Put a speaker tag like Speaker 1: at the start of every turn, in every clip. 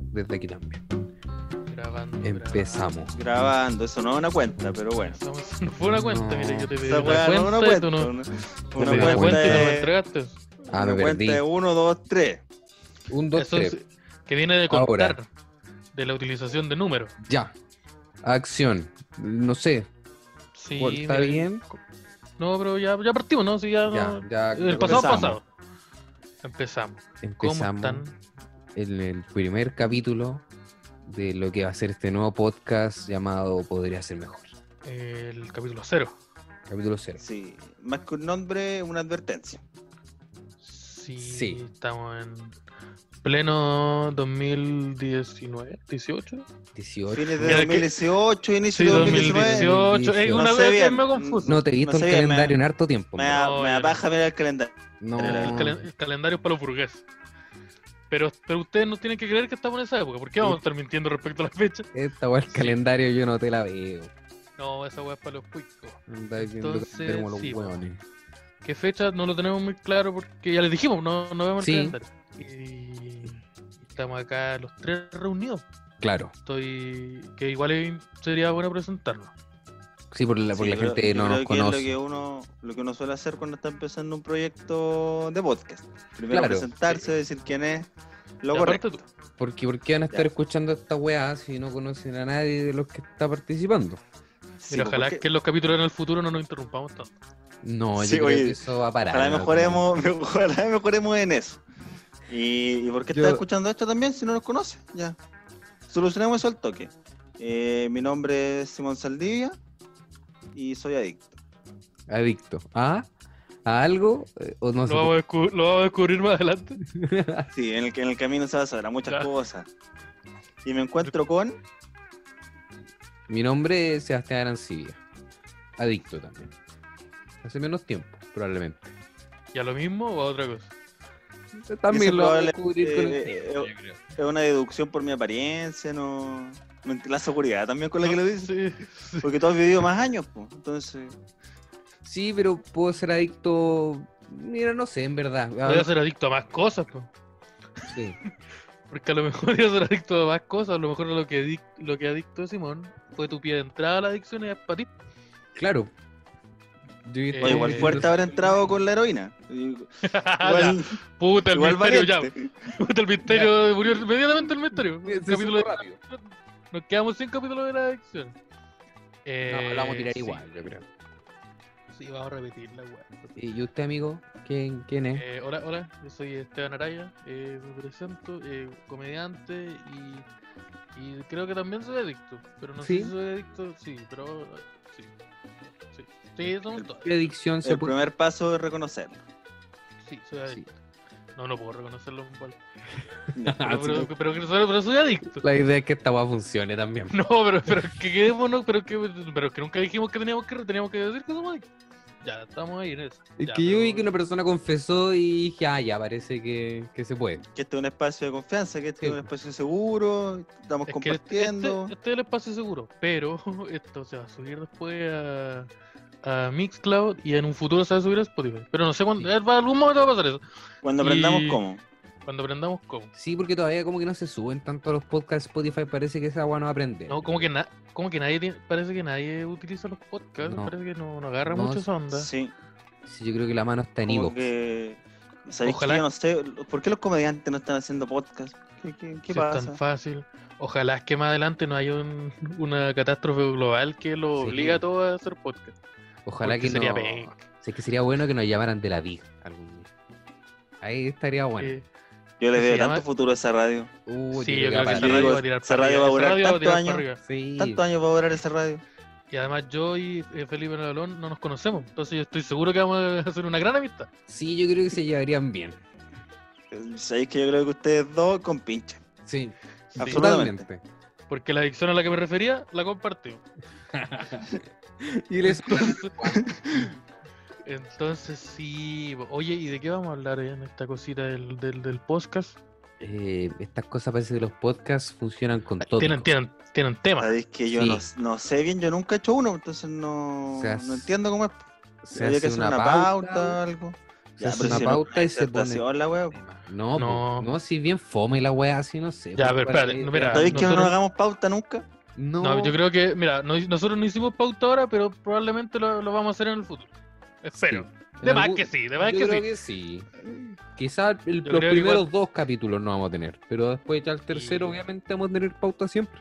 Speaker 1: Desde aquí también.
Speaker 2: Grabando.
Speaker 1: Empezamos.
Speaker 3: Grabando, eso no es una cuenta, pero bueno.
Speaker 2: grabando. Estamos- No fue una cuenta, mira, yo te pedí
Speaker 3: Esa
Speaker 2: una
Speaker 3: weá
Speaker 2: cuenta,
Speaker 3: no es una
Speaker 2: y tú
Speaker 3: cuenta.
Speaker 2: no-
Speaker 3: Una,
Speaker 2: te
Speaker 3: una
Speaker 2: pedí
Speaker 1: una
Speaker 3: cuenta
Speaker 2: y no me
Speaker 3: es.
Speaker 2: entregaste.
Speaker 1: Ah,
Speaker 3: una
Speaker 1: me
Speaker 3: cuenta
Speaker 1: perdí.
Speaker 3: es 1, 2, 3.
Speaker 1: Un, dos,
Speaker 2: Eso
Speaker 1: tres.
Speaker 2: es- que viene de
Speaker 1: Ahora.
Speaker 2: contar. De la utilización de números.
Speaker 1: Ya. Acción. No sé.
Speaker 2: Sí,
Speaker 1: ¿Está
Speaker 2: mira,
Speaker 1: bien?
Speaker 2: No, pero ya, ya partimos, ¿no? Sí, ya,
Speaker 1: Ya,
Speaker 2: no-
Speaker 1: ya.
Speaker 2: El pasado
Speaker 3: Empezamos.
Speaker 2: pasado. Empezamos. ¿Cómo
Speaker 1: Empezamos
Speaker 2: están?
Speaker 1: el, el primer capítulo de lo que va a ser este nuevo podcast llamado Podría ser mejor.
Speaker 2: eh, El capítulo cero.
Speaker 1: Capítulo 0.
Speaker 3: Sí. Más que un nombre, una advertencia.
Speaker 2: Sí,
Speaker 1: Sí.
Speaker 2: estamos en pleno 2019, 18.
Speaker 1: 18.
Speaker 3: Fines de
Speaker 2: Mira que-
Speaker 3: 2018,
Speaker 2: Sí,
Speaker 3: inicio de 2019.
Speaker 2: 2018. Es una
Speaker 3: No sé
Speaker 2: vez que
Speaker 3: bien.
Speaker 2: me confuso.
Speaker 1: No te he visto
Speaker 3: No
Speaker 1: el
Speaker 3: sé,
Speaker 1: calendario
Speaker 3: me-
Speaker 1: en harto tiempo.
Speaker 3: Me
Speaker 1: mira.
Speaker 3: da,
Speaker 2: No,
Speaker 3: me
Speaker 2: ya
Speaker 3: da
Speaker 2: no.
Speaker 3: paja mirar el calendario.
Speaker 1: No.
Speaker 2: El, calen- el calendario para los burgueses. Pero, pero ustedes no tienen que creer que estamos en esa época. ¿Por qué vamos a estar mintiendo respecto a la fecha?
Speaker 1: Esta weá, el
Speaker 2: Sí.
Speaker 1: calendario yo no te la veo.
Speaker 2: No, esa weá es para los cuicos.
Speaker 1: Andáis viendo
Speaker 2: Entonces,
Speaker 1: calendario como los
Speaker 2: sí,
Speaker 1: hueones.
Speaker 2: ¿Qué fecha? No lo tenemos muy claro porque ya les dijimos, no, no vemos
Speaker 1: Sí.
Speaker 2: el calendario. Y estamos acá los tres reunidos.
Speaker 1: Claro.
Speaker 2: Estoy. que igual es- sería bueno presentarnos.
Speaker 1: Sí, por la, por
Speaker 3: Sí,
Speaker 1: la
Speaker 3: pero
Speaker 1: gente
Speaker 3: yo
Speaker 1: no
Speaker 3: creo
Speaker 1: nos
Speaker 3: que es
Speaker 1: conoce.
Speaker 3: Lo que, uno, lo que uno suele hacer cuando está empezando un proyecto de podcast. Primero
Speaker 1: Claro.
Speaker 3: presentarse, decir quién es, lo
Speaker 2: Y aparte
Speaker 3: correcto.
Speaker 2: tú.
Speaker 1: Porque, ¿Por qué van a estar
Speaker 3: Ya.
Speaker 1: escuchando esta weá si no conocen a nadie de los que está participando?
Speaker 3: Sí, pues,
Speaker 2: Pero ojalá
Speaker 3: porque-
Speaker 2: que en los capítulos en el futuro no nos interrumpamos tanto.
Speaker 1: No,
Speaker 3: Sí,
Speaker 1: yo creo
Speaker 3: oye,
Speaker 1: que eso va a parar.
Speaker 3: ojalá
Speaker 1: ¿no?
Speaker 3: mejoremos, ojalá mejoremos en eso. ¿Y, y por qué
Speaker 1: Yo-
Speaker 3: estás escuchando esto también si no nos conoces? Ya. Solucionemos eso al toque. Eh, mi nombre es Simón Saldivia y soy adicto.
Speaker 1: Adicto. ¿A? ¿A algo? Eh, ¿O no sé?
Speaker 2: Lo vamos, a descu- lo vamos a descubrir más adelante.
Speaker 3: Sí, en el, en el camino se va a saber a muchas
Speaker 2: Ya.
Speaker 3: cosas. Y me encuentro con...
Speaker 1: Mi nombre es Sebastián Arancibia. Adicto también. Hace menos tiempo, probablemente.
Speaker 2: ¿Y a lo mismo o a otra cosa?
Speaker 3: Y eso
Speaker 1: También lo vamos a
Speaker 3: probable-
Speaker 1: descubrir con el
Speaker 3: eh,
Speaker 1: tiempo,
Speaker 3: eh,
Speaker 1: yo creo.
Speaker 3: Es una deducción por mi apariencia, no. no ent- La seguridad también con la que lo dices.
Speaker 2: Sí, sí.
Speaker 3: Porque tú has vivido más años, po. entonces. oh.
Speaker 1: Sí, pero puedo ser adicto. Mira, no sé, en verdad. A
Speaker 2: Voy a
Speaker 1: ver,
Speaker 2: ser adicto a más cosas, pues. po.
Speaker 1: sí.
Speaker 2: Porque a lo mejor yo soy adicto a más cosas, a lo mejor lo que, adic- lo que adicto de Simón fue tu pie de entrada a la adicción y es para ti.
Speaker 1: Claro. Yo he visto
Speaker 2: Eh,
Speaker 3: Oye, pues igual
Speaker 1: muchos-
Speaker 3: fuerte habrá entrado con la heroína. Igual,
Speaker 2: Ah, Ya, puta, el
Speaker 3: igual
Speaker 2: misterio ya,
Speaker 3: valiente.
Speaker 2: puta, el misterio, murió inmediatamente el misterio.
Speaker 1: Sí,
Speaker 2: Un
Speaker 1: sí,
Speaker 2: capítulo de-
Speaker 1: súper rápido.
Speaker 2: nos quedamos sin capítulo de la adicción.
Speaker 1: No,
Speaker 2: Eh,
Speaker 1: lo vamos a tirar
Speaker 2: sí,
Speaker 1: igual, yo creo.
Speaker 2: Sí, vamos a repetir la weá.
Speaker 1: ¿Y usted, amigo? ¿Quién, quién es?
Speaker 2: Eh, hola, hola, yo soy Esteban Araya, eh, me presento, eh, comediante y, y creo que también soy adicto, pero no
Speaker 1: ¿Sí?
Speaker 2: sé si soy adicto, sí, pero eh, sí. Sí, sí, somos todos.
Speaker 1: ¿Qué adicción se
Speaker 3: El
Speaker 1: puede.?
Speaker 3: primer paso es reconocerlo.
Speaker 2: Sí, soy adicto. No, no puedo reconocerlo. compadre.
Speaker 3: Ya.
Speaker 1: Ah,
Speaker 2: Pero,
Speaker 1: sí.
Speaker 2: pero, pero, pero- pero soy adicto.
Speaker 1: La idea es que esta weá funcione también.
Speaker 2: No, pero, pero que quedémonos, pero que, pero que nunca dijimos que teníamos que, teníamos que decir que somos adictos. Ya, estamos ahí en eso.
Speaker 1: Es
Speaker 2: Ya,
Speaker 1: que yo
Speaker 2: pero-
Speaker 1: vi que una persona confesó y dije, ah, ya, parece que, que se puede.
Speaker 3: Que este es un espacio de confianza, que este
Speaker 1: Sí.
Speaker 3: es un espacio seguro, estamos
Speaker 2: Es que
Speaker 3: compartiendo.
Speaker 2: Este, este es el espacio seguro, pero esto se va a subir después a, a Mixcloud y en un futuro se va a subir a Spotify. Pero no sé cuándo,
Speaker 1: Sí.
Speaker 2: eh, va- algún momento va a pasar eso.
Speaker 3: Cuando aprendamos
Speaker 2: este y-
Speaker 3: cómo.
Speaker 2: Cuando aprendamos cómo.
Speaker 1: Sí, porque todavía como que no se suben tanto los podcasts Spotify, parece que esa agua no aprende.
Speaker 2: No, como que, na- como que nadie tiene- parece que nadie utiliza los podcasts,
Speaker 1: No.
Speaker 2: parece que no, no agarra
Speaker 1: No,
Speaker 2: mucho esa onda.
Speaker 3: Sí.
Speaker 1: Sí, yo creo que la mano está en
Speaker 3: Como
Speaker 1: Ivo.
Speaker 3: que. ¿Sabéis
Speaker 2: Ojalá-
Speaker 3: que yo no sé? ¿Por qué los comediantes no están haciendo podcast? ¿Qué, qué- qué
Speaker 2: si es
Speaker 3: pasa?
Speaker 2: tan fácil. Ojalá es que más adelante no haya un- una catástrofe global que lo
Speaker 1: Sí.
Speaker 2: obliga a todos a hacer podcast.
Speaker 1: Ojalá
Speaker 2: porque
Speaker 1: que
Speaker 2: sería
Speaker 1: no.
Speaker 2: penca.
Speaker 1: Sí, es que sería bueno que nos llamaran de la VIG algún día. Ahí estaría bueno.
Speaker 2: Eh,
Speaker 3: Yo le
Speaker 2: ¿Qué
Speaker 3: veo
Speaker 2: se llama?
Speaker 3: tanto futuro a esa radio.
Speaker 1: Uh,
Speaker 2: sí,
Speaker 1: yo creo que va a
Speaker 2: esa
Speaker 1: parar.
Speaker 3: yo
Speaker 2: radio
Speaker 3: digo,
Speaker 2: va a tirar
Speaker 3: esa
Speaker 2: para
Speaker 3: radio va a
Speaker 2: arriba, esa
Speaker 3: durar
Speaker 2: radio va a
Speaker 3: tantos
Speaker 2: tirar para
Speaker 3: años.
Speaker 2: arriba.
Speaker 1: Sí.
Speaker 3: Tantos años va a durar esa radio.
Speaker 2: Y además yo y eh, Felipe Navalón no nos conocemos, entonces yo estoy seguro que vamos a hacer una gran amistad.
Speaker 1: Sí, yo creo que se llevarían bien.
Speaker 3: Sabéis que yo creo que ustedes dos compinchen.
Speaker 1: Sí,
Speaker 2: Sí,
Speaker 3: Absolutamente.
Speaker 1: totalmente.
Speaker 2: porque la adicción a la que me refería la compartimos.
Speaker 1: y les...
Speaker 2: Entonces, entonces sí, bo- oye, ¿y de qué vamos a hablar en esta cosita del, del, del podcast?
Speaker 1: eh, estas cosas parece que los podcasts funcionan con todo.
Speaker 2: Tienen, tienen, tienen temas.
Speaker 3: Sabéis que yo
Speaker 1: Sí.
Speaker 3: no, no sé bien, yo nunca he hecho uno, entonces no,
Speaker 1: O sea,
Speaker 3: no entiendo cómo es.
Speaker 1: Se
Speaker 3: Habría
Speaker 1: hace
Speaker 3: que hacer una, pauta, algo.
Speaker 1: se
Speaker 3: Ya,
Speaker 1: hace
Speaker 3: pero
Speaker 1: una
Speaker 3: si no,
Speaker 1: pauta y se pone.
Speaker 3: disertación, la
Speaker 2: Ah,
Speaker 3: wea, po.
Speaker 1: No,
Speaker 2: No.
Speaker 1: no. no, si bien fome la weá, así no sé.
Speaker 2: Ya,
Speaker 1: pues,
Speaker 2: a ver,
Speaker 1: ¿cuál es
Speaker 2: espérate,
Speaker 1: la
Speaker 2: no, mira,
Speaker 1: idea?
Speaker 3: ¿Sabéis que no
Speaker 2: nosotros-
Speaker 3: nos hagamos pauta nunca?
Speaker 1: No,
Speaker 2: No, yo creo que, mira, no- nosotros no hicimos pauta ahora, pero probablemente lo, lo vamos a hacer en el futuro. Espero.
Speaker 1: En
Speaker 2: De más
Speaker 1: algún-
Speaker 2: que sí, de más
Speaker 1: yo
Speaker 2: que
Speaker 1: creo
Speaker 2: sí.
Speaker 1: que sí. Quizás el-
Speaker 2: Yo
Speaker 1: los
Speaker 2: creo que
Speaker 1: primeros dos capítulos no vamos a tener, pero después ya el tercero
Speaker 2: Sí.
Speaker 1: obviamente vamos a tener pauta siempre.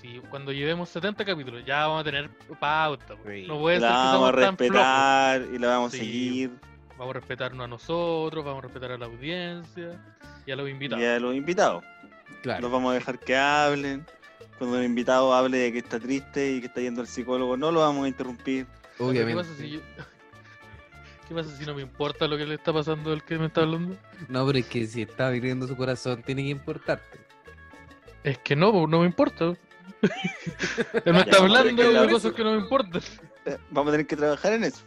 Speaker 2: Sí, cuando llevemos 70 capítulos ya vamos a tener pauta. po.
Speaker 1: Sí.
Speaker 2: No puede ser
Speaker 3: la
Speaker 2: que seamos tan
Speaker 3: vamos a
Speaker 2: flojos.
Speaker 3: respetar y la vamos
Speaker 2: Sí,
Speaker 3: a seguir.
Speaker 2: Vamos a respetarnos a nosotros, vamos a respetar a la audiencia y a los invitados.
Speaker 3: Y a los invitados.
Speaker 1: Claro.
Speaker 3: Los vamos a dejar que hablen. Cuando el invitado hable de que está triste y que está yendo al psicólogo, no lo vamos a interrumpir.
Speaker 2: Pero
Speaker 1: Obviamente.
Speaker 2: ¿Qué pasa, si yo- ¿Qué pasa si no me importa lo que le está pasando al que me está hablando?
Speaker 1: No, pero es que si está viviendo su corazón, tiene que importarte.
Speaker 2: Es que no, po, no me importa. Él
Speaker 3: Ya,
Speaker 2: me está
Speaker 3: pero
Speaker 2: hablando
Speaker 3: es que la-
Speaker 2: de cosas que no me importan.
Speaker 3: Eh, Vamos a tener que trabajar en eso.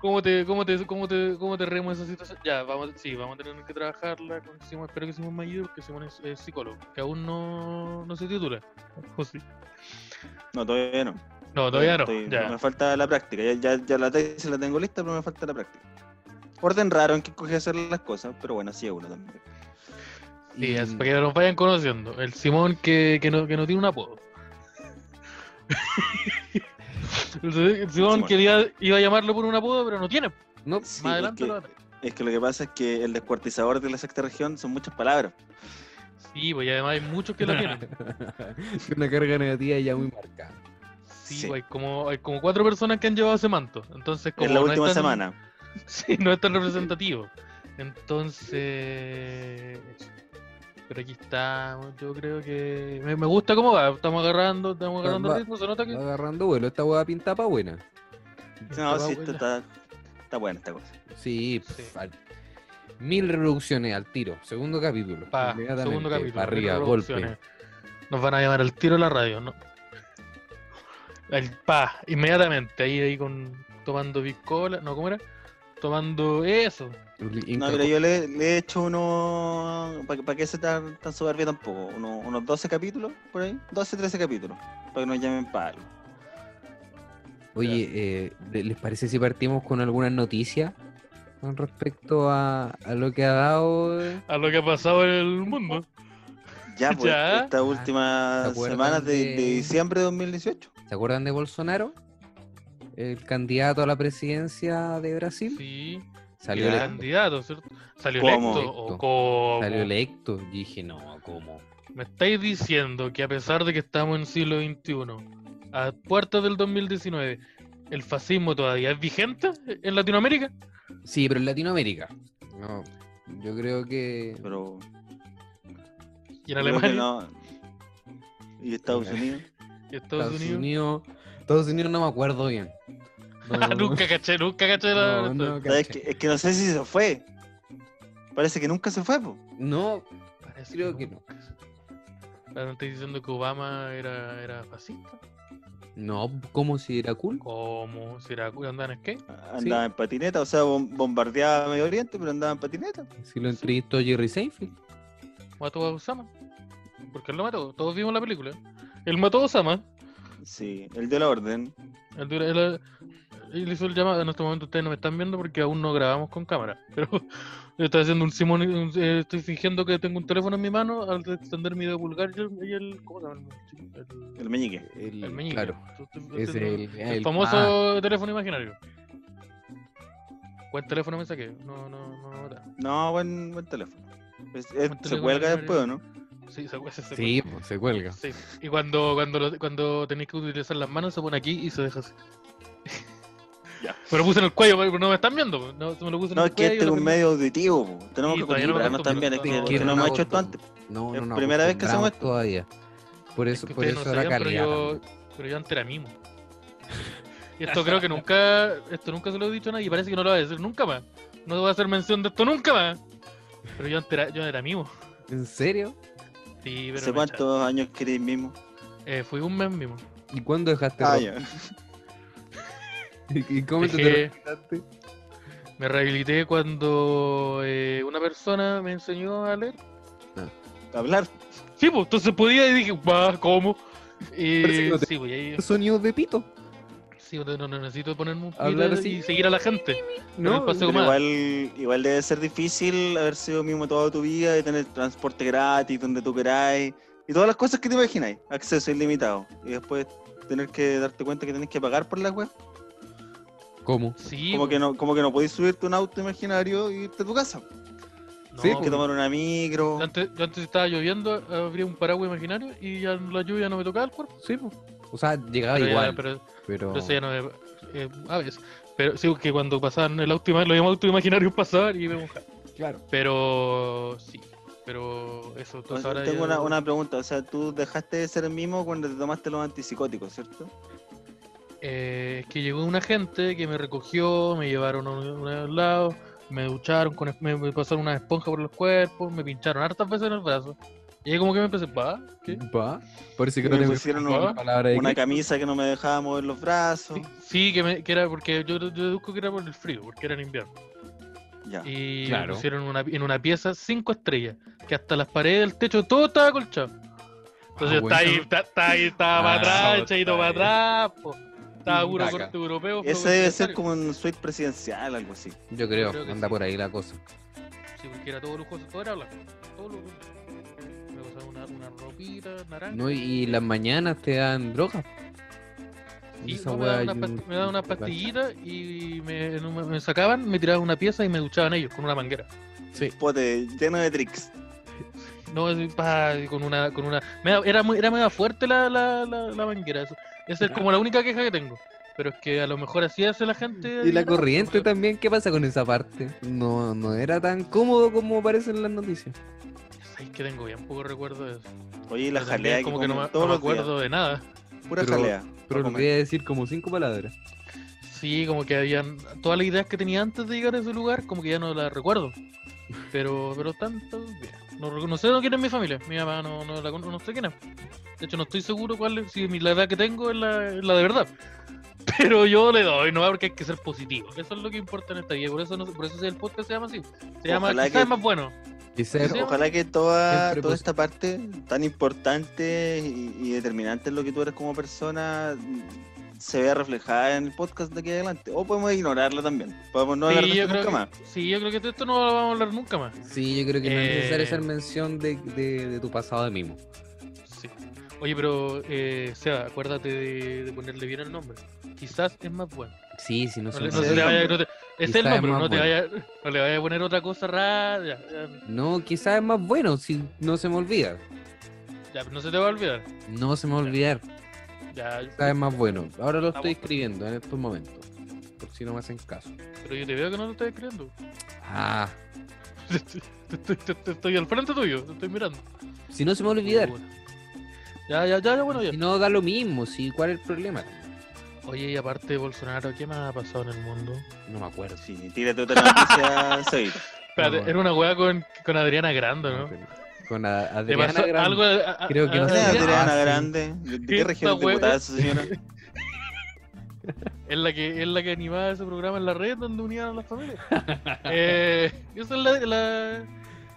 Speaker 2: ¿Cómo te, cómo te, cómo te, cómo te reemos esa situación? Ya, vamos, sí, vamos a tener que trabajarla con Simón. Espero que Simón me ayude porque Simón es, es psicólogo, que aún no, no se titula. ¿O sí?
Speaker 3: No, todavía no.
Speaker 2: No, todavía no.
Speaker 3: Estoy-
Speaker 2: Ya.
Speaker 3: Me falta la práctica. Ya, ya, ya la tesis la tengo lista, pero me falta la práctica. Orden raro en que coge hacer las cosas, pero bueno, así es uno también.
Speaker 2: Sí,
Speaker 1: Y-
Speaker 2: es para que nos vayan conociendo. El Simón que, que, no, que no tiene un apodo. el Si- el Simón
Speaker 3: Simón.
Speaker 2: que iba, iba a llamarlo por un apodo, pero no tiene.
Speaker 1: No,
Speaker 3: Sí,
Speaker 2: Más
Speaker 3: es
Speaker 2: adelante
Speaker 3: que-
Speaker 2: lo va a tener.
Speaker 3: Es que lo que pasa es que el descuartizador de la sexta región son muchas palabras.
Speaker 2: Sí, pues y además hay muchos que lo tienen.
Speaker 1: una carga negativa ya muy marcada.
Speaker 2: Sí,
Speaker 3: Sí.
Speaker 2: pues, hay, como, hay como cuatro personas que han llevado ese manto. Entonces, como
Speaker 3: En la
Speaker 2: no es
Speaker 3: última
Speaker 2: tan-
Speaker 3: semana.
Speaker 2: Sí, no es tan representativo. Entonces. Pero aquí estamos, yo creo que. Me, me gusta cómo va, estamos agarrando, estamos agarrando
Speaker 1: va-
Speaker 2: ritmo, se nota que.
Speaker 1: Va agarrando vuelo, esta hueá pinta pa' buena.
Speaker 3: No,
Speaker 2: Esta
Speaker 3: sí,
Speaker 2: va-
Speaker 3: esto está, está buena esta cosa.
Speaker 1: Sí,
Speaker 2: Sí.
Speaker 1: pf, al- mil reducciones al tiro. Segundo capítulo.
Speaker 2: Pa,
Speaker 1: inmediatamente,
Speaker 2: segundo capítulo.
Speaker 1: pa' arriba,
Speaker 2: mil
Speaker 1: golpe.
Speaker 2: revoluciones. Nos van a llamar al tiro a la radio, ¿no? El pa, inmediatamente, ahí, ahí con. Tomando bicola, ¿no? ¿Cómo era? Tomando eso.
Speaker 3: No, pero yo le, le he hecho uno. ¿Para que se tan, tan soberbio tampoco? Uno- unos 12 capítulos por ahí. 12, 13 capítulos. Para que nos llamen para algo.
Speaker 1: Oye, eh, ¿le- ¿les parece si partimos con algunas noticias con respecto a, a lo que ha dado? eh?
Speaker 2: A lo que ha pasado en el mundo.
Speaker 3: Ya, pues,
Speaker 2: Ya. Ah,
Speaker 3: estas últimas
Speaker 1: ¿Se acuerdan
Speaker 3: semanas de,
Speaker 1: de-
Speaker 3: de diciembre de 2018.
Speaker 1: ¿Se acuerdan de Bolsonaro? El candidato a la presidencia de Brasil.
Speaker 2: Sí.
Speaker 1: Salió,
Speaker 3: Ya.
Speaker 1: electo,
Speaker 2: candidato, ¿cierto? Salió
Speaker 3: ¿Cómo?
Speaker 2: electo. ¿O cómo?
Speaker 1: salió electo. Y dije, no, ¿cómo?
Speaker 2: Me estáis diciendo que a pesar de que estamos en el siglo XXI, a puertas del 2019, el fascismo todavía es vigente en Latinoamérica.
Speaker 1: Sí, pero en Latinoamérica. No, yo creo que.
Speaker 3: Pero.
Speaker 2: Y en
Speaker 3: creo que
Speaker 2: Alemania,
Speaker 3: no. Y Estados
Speaker 1: Ya.
Speaker 3: Unidos.
Speaker 2: y Estados, Unidos.
Speaker 1: Estados Unidos no me acuerdo bien. No,
Speaker 2: Ah, nunca caché, nunca caché la...
Speaker 1: no, no,
Speaker 3: ¿Sabes
Speaker 1: caché.
Speaker 3: qué? Es que no sé si se fue. Parece que nunca se fue, po.
Speaker 1: No,
Speaker 2: Parece
Speaker 1: creo que no.
Speaker 2: Ah, ¿no estáis diciendo que Obama era, era fascista?
Speaker 1: No, ¿cómo si era cool?
Speaker 2: ¿Cómo? ¿Si era andan en qué?
Speaker 3: Andaba en patineta, o sea, bom- bombardeaba Medio Oriente, pero andaba en patineta.
Speaker 1: Si lo entrevistó Jerry Seinfeld.
Speaker 2: ¿Mató a Osama? Porque él lo mató, todos vimos la película. Él mató a Osama.
Speaker 3: Sí, él dio la orden.
Speaker 2: Él, dura- él- él hizo el llamado. En este momento ustedes no me están viendo porque aún no grabamos con cámara. Pero yo estoy haciendo un simón. un- eh, estoy fingiendo que tengo un teléfono en mi mano al extender mi dedo pulgar y el. y el- ¿Cómo se llama? El,
Speaker 3: El meñique.
Speaker 1: El,
Speaker 2: el meñique.
Speaker 1: Claro,
Speaker 2: Yo estoy
Speaker 1: es
Speaker 2: haciendo
Speaker 1: el,
Speaker 2: el
Speaker 1: el- ah,
Speaker 2: famoso teléfono imaginario. ¿Cuál teléfono me saqué? No, no, no me mataron.
Speaker 3: No, buen, buen teléfono. Es- es-
Speaker 2: Buen
Speaker 3: se
Speaker 2: teléfono,
Speaker 3: cuelga
Speaker 2: Mario.
Speaker 3: después, ¿no?
Speaker 2: Sí, se, ese se
Speaker 1: sí, pues, se cuelga.
Speaker 2: Sí. Y cuando, cuando, lo- cuando tenéis que utilizar las manos, se pone aquí y se deja así.
Speaker 3: Ya.
Speaker 2: Me lo puse en el cuello, pero no me están viendo. No, se me lo puse en
Speaker 3: No,
Speaker 2: el
Speaker 3: es que
Speaker 2: cuello y
Speaker 3: este es
Speaker 2: lo
Speaker 3: un
Speaker 2: prendí.
Speaker 3: medio auditivo, po. Tenemos
Speaker 2: Sí, pues,
Speaker 3: que
Speaker 2: todavía no me
Speaker 3: acostumbrarnos también. Es que,
Speaker 2: acostumbro,
Speaker 3: que
Speaker 2: no,
Speaker 3: no
Speaker 2: no
Speaker 3: hemos
Speaker 2: me
Speaker 3: hecho esto antes.
Speaker 1: No,
Speaker 3: Es
Speaker 1: no, no.
Speaker 3: primera vez que hacemos esto.
Speaker 1: todavía. Por
Speaker 2: Es
Speaker 1: eso,
Speaker 2: que
Speaker 1: por
Speaker 2: ustedes
Speaker 1: eso
Speaker 2: no
Speaker 1: la
Speaker 2: sabían, pero
Speaker 1: calidad.
Speaker 2: yo,
Speaker 1: también.
Speaker 2: pero yo antes era mimo. Y esto creo que nunca, esto nunca se lo he dicho a nadie y parece que no lo voy a decir nunca más. No voy a hacer mención de esto nunca más. Pero yo antes era, yo era mimo.
Speaker 1: ¿En serio?
Speaker 2: Sí, pero
Speaker 3: ¿Hace
Speaker 2: me echaron.
Speaker 3: cuántos años queréis mismo?
Speaker 2: Eh, fui un mes mimo.
Speaker 1: ¿Y cuándo dejaste
Speaker 3: Ah,
Speaker 1: rock?
Speaker 3: ya.
Speaker 1: ¿Y cómo te
Speaker 2: Dejé-
Speaker 1: terminaste?
Speaker 2: Me rehabilité cuando eh, una persona me enseñó a leer.
Speaker 3: hablar.
Speaker 2: Sí, pues entonces podía y dije, va, ¿cómo?
Speaker 1: Parece que
Speaker 2: Y
Speaker 1: no te-
Speaker 2: sí, pues ahí.
Speaker 1: Sonidos de pito.
Speaker 2: Sí, no, no, no necesito ponerme un
Speaker 1: Hablar
Speaker 2: pito
Speaker 1: así.
Speaker 2: y seguir a la gente.
Speaker 1: No,
Speaker 2: el paseo-
Speaker 3: Pero
Speaker 2: Tengo más.
Speaker 3: igual, igual debe ser difícil haber sido mismo toda tu vida y tener transporte gratis donde tú queráis y todas las cosas que te imagináis, acceso ilimitado. Y después tener que darte cuenta que tenés que pagar por la web.
Speaker 1: ¿Cómo?
Speaker 2: Sí,
Speaker 3: Como
Speaker 2: pues,
Speaker 3: que no, como que no podéis subirte a un auto imaginario y irte a tu casa.
Speaker 2: no,
Speaker 1: sí,
Speaker 3: Tienes
Speaker 2: pues,
Speaker 3: que tomar una micro.
Speaker 2: antes, yo antes estaba lloviendo, abría un paraguas imaginario y ya la lluvia no me tocaba el cuerpo.
Speaker 1: Sí, po. O sea, llegaba
Speaker 2: Pero ya-
Speaker 1: Ah, igual,
Speaker 2: pero-
Speaker 1: pero...
Speaker 2: Pero eso ya no es. eh, a veces. Pero sí, que cuando pasaban el auto, ima- lo llamamos auto imaginario pasar y me mojaba.
Speaker 1: Claro.
Speaker 2: Pero sí. Pero eso,
Speaker 3: O
Speaker 2: entonces
Speaker 3: sea,
Speaker 2: ahora.
Speaker 3: Pues tengo
Speaker 2: ya-
Speaker 3: una, una pregunta, o sea, tú dejaste de ser el mismo cuando te tomaste los antipsicóticos, ¿cierto?
Speaker 2: eh, es que llegó un agente que me recogió, me llevaron a un, a un lado, me ducharon, con, es- me, me pasaron una esponja por los cuerpos, me pincharon hartas veces en el brazo. Y ahí como que me empecé, va, ¿qué?
Speaker 1: Va. Parece que
Speaker 3: Me
Speaker 1: no te
Speaker 3: pusieron
Speaker 1: una
Speaker 2: un-
Speaker 1: palabra de
Speaker 3: Una
Speaker 1: Cristo.
Speaker 3: camisa que no me dejaba mover los brazos.
Speaker 2: Sí, sí, que, me- que era porque yo, yo deduzco que era por el frío, porque era en invierno.
Speaker 3: Ya.
Speaker 2: Y
Speaker 1: Ah, Claro.
Speaker 2: me pusieron en una, en una pieza cinco estrellas, que hasta las paredes del techo todo estaba colchado. Entonces
Speaker 1: Ah,
Speaker 2: está ahí,
Speaker 1: bueno.
Speaker 2: está, está ahí, estaba
Speaker 1: Ah,
Speaker 2: para atrás,
Speaker 1: está
Speaker 2: echadito para
Speaker 1: bien.
Speaker 2: atrás, po. estaba puro
Speaker 1: Taca.
Speaker 2: corte europeo. fue
Speaker 3: Ese debe ser
Speaker 2: necesario.
Speaker 3: como un suite presidencial, algo así.
Speaker 1: Yo creo,
Speaker 2: creo que
Speaker 1: anda
Speaker 2: sí.
Speaker 1: por ahí la cosa.
Speaker 2: Sí, porque era todo lujoso, todo era blanco, todo lujoso. Me pasaba una, una ropita naranja.
Speaker 1: No, y, y las mañanas te dan drogas.
Speaker 2: y
Speaker 1: Esa
Speaker 2: no, me,
Speaker 1: weá
Speaker 2: daban una
Speaker 1: yo-
Speaker 2: pasti- me daban unas pastillitas y me, en un- me sacaban, me tiraban una pieza y me duchaban ellos con una manguera.
Speaker 3: Pote lleno de tricks.
Speaker 2: No, así, pa, y con una, con una. me da- era muy, era mega fuerte la, la, la, la manguera. eso- Esa es como la única queja que tengo. Pero es que a lo mejor así hace la gente.
Speaker 1: Y
Speaker 2: ahí
Speaker 1: la
Speaker 2: en casa,
Speaker 1: corriente
Speaker 2: pero-
Speaker 1: también, ¿qué pasa con esa parte? No, no era tan cómodo como parecen las noticias.
Speaker 2: Ay, que tengo bien poco recuerdo de eso.
Speaker 3: Oye, la
Speaker 2: Pero
Speaker 3: jalea
Speaker 2: también
Speaker 3: que
Speaker 2: como que no,
Speaker 3: comen
Speaker 2: me-
Speaker 3: todos
Speaker 2: no me
Speaker 3: los días.
Speaker 2: acuerdo de nada.
Speaker 3: Pura
Speaker 1: Pero-
Speaker 3: jalea.
Speaker 1: Pero
Speaker 3: Pa'
Speaker 1: lo
Speaker 3: comer.
Speaker 1: voy a decir como cinco palabras.
Speaker 2: Sí, como que habían. Todas las ideas que tenía antes de llegar a ese lugar, como que ya no las recuerdo. Pero, pero tanto. bien. No, rec- no sé de quién es mi familia. Mi mamá no, no la con- no sé quién es. De hecho, no estoy seguro cuál es. Si mi- la edad que tengo es la, es la de verdad. Pero yo le doy, no, porque hay que ser positivo. Eso es lo que importa en esta vida. Por eso, no, por eso el podcast se llama así. Se llama
Speaker 3: Ojalá
Speaker 2: Quizás
Speaker 3: que-
Speaker 2: es más bueno.
Speaker 1: Quizás
Speaker 2: Sí.
Speaker 3: Ojalá que toda,
Speaker 1: Siempre
Speaker 3: toda
Speaker 2: pues.
Speaker 1: pos-
Speaker 3: esta parte tan importante y, y determinante en lo que tú eres como persona mm, se vea reflejada en el podcast de aquí adelante. O podemos ignorarla también. Podemos no hablar de
Speaker 2: sí,
Speaker 3: este
Speaker 2: yo
Speaker 3: esto
Speaker 2: creo
Speaker 3: nunca más.
Speaker 2: que, sí, yo creo que de esto no lo vamos a hablar nunca más.
Speaker 1: Sí, yo creo que no es necesario
Speaker 2: Eh.
Speaker 1: hacer mención de, de- de tu pasado de mimo.
Speaker 2: Sí. Oye, pero, eh, Seba, acuérdate de, de ponerle bien el nombre. Quizás es más bueno.
Speaker 1: Sí, si no,
Speaker 2: No
Speaker 1: se
Speaker 2: le-
Speaker 1: nos-
Speaker 2: no
Speaker 3: sé.
Speaker 2: se le vaya- no te- es
Speaker 1: Quizá
Speaker 2: el
Speaker 1: es
Speaker 2: nombre,
Speaker 1: más
Speaker 2: no, te
Speaker 1: bueno.
Speaker 2: vaya, no le vaya a poner otra cosa rara. Ya, ya,
Speaker 1: No, quizás es más bueno, si no se me olvida.
Speaker 2: ya, no se te va a olvidar.
Speaker 1: No se me va a olvidar,
Speaker 2: Ya,
Speaker 1: quizás es más bueno. Ahora lo estoy
Speaker 2: Estamos-
Speaker 1: escribiendo en estos momentos, por si no me hacen caso.
Speaker 2: pero yo te veo que no lo estás escribiendo.
Speaker 1: Ah,
Speaker 2: Te estoy, te estoy- te- te estoy al frente tuyo, te estoy mirando.
Speaker 1: si no se me va a olvidar.
Speaker 2: Ya, ya, ya, ya, bueno, ya.
Speaker 1: Si no da lo mismo, si ¿cuál es el problema?
Speaker 2: Oye, y aparte de Bolsonaro, ¿qué más ha pasado en el mundo?
Speaker 1: No me acuerdo.
Speaker 3: Sí, tírate otra noticia, Zoe.
Speaker 2: Espérate,
Speaker 1: bueno.
Speaker 2: era una weá con, con Adriana Grando,
Speaker 1: No me
Speaker 2: ¿no?
Speaker 1: acuerdo. Con a-
Speaker 2: ¿Te
Speaker 1: Adriana
Speaker 2: pasó
Speaker 1: Grande.
Speaker 2: algo? a- a-
Speaker 1: Creo que
Speaker 2: a-
Speaker 1: no
Speaker 3: ¿Quién es
Speaker 1: Ah, sí.
Speaker 3: Adriana
Speaker 1: Ah, sí.
Speaker 3: Grande? ¿De de qué
Speaker 2: Esta
Speaker 3: región es
Speaker 2: wea-
Speaker 3: diputada esa señora?
Speaker 2: Es la que, es la que animaba ese programa en la red donde unían a las familias. Eh, esa es la, la-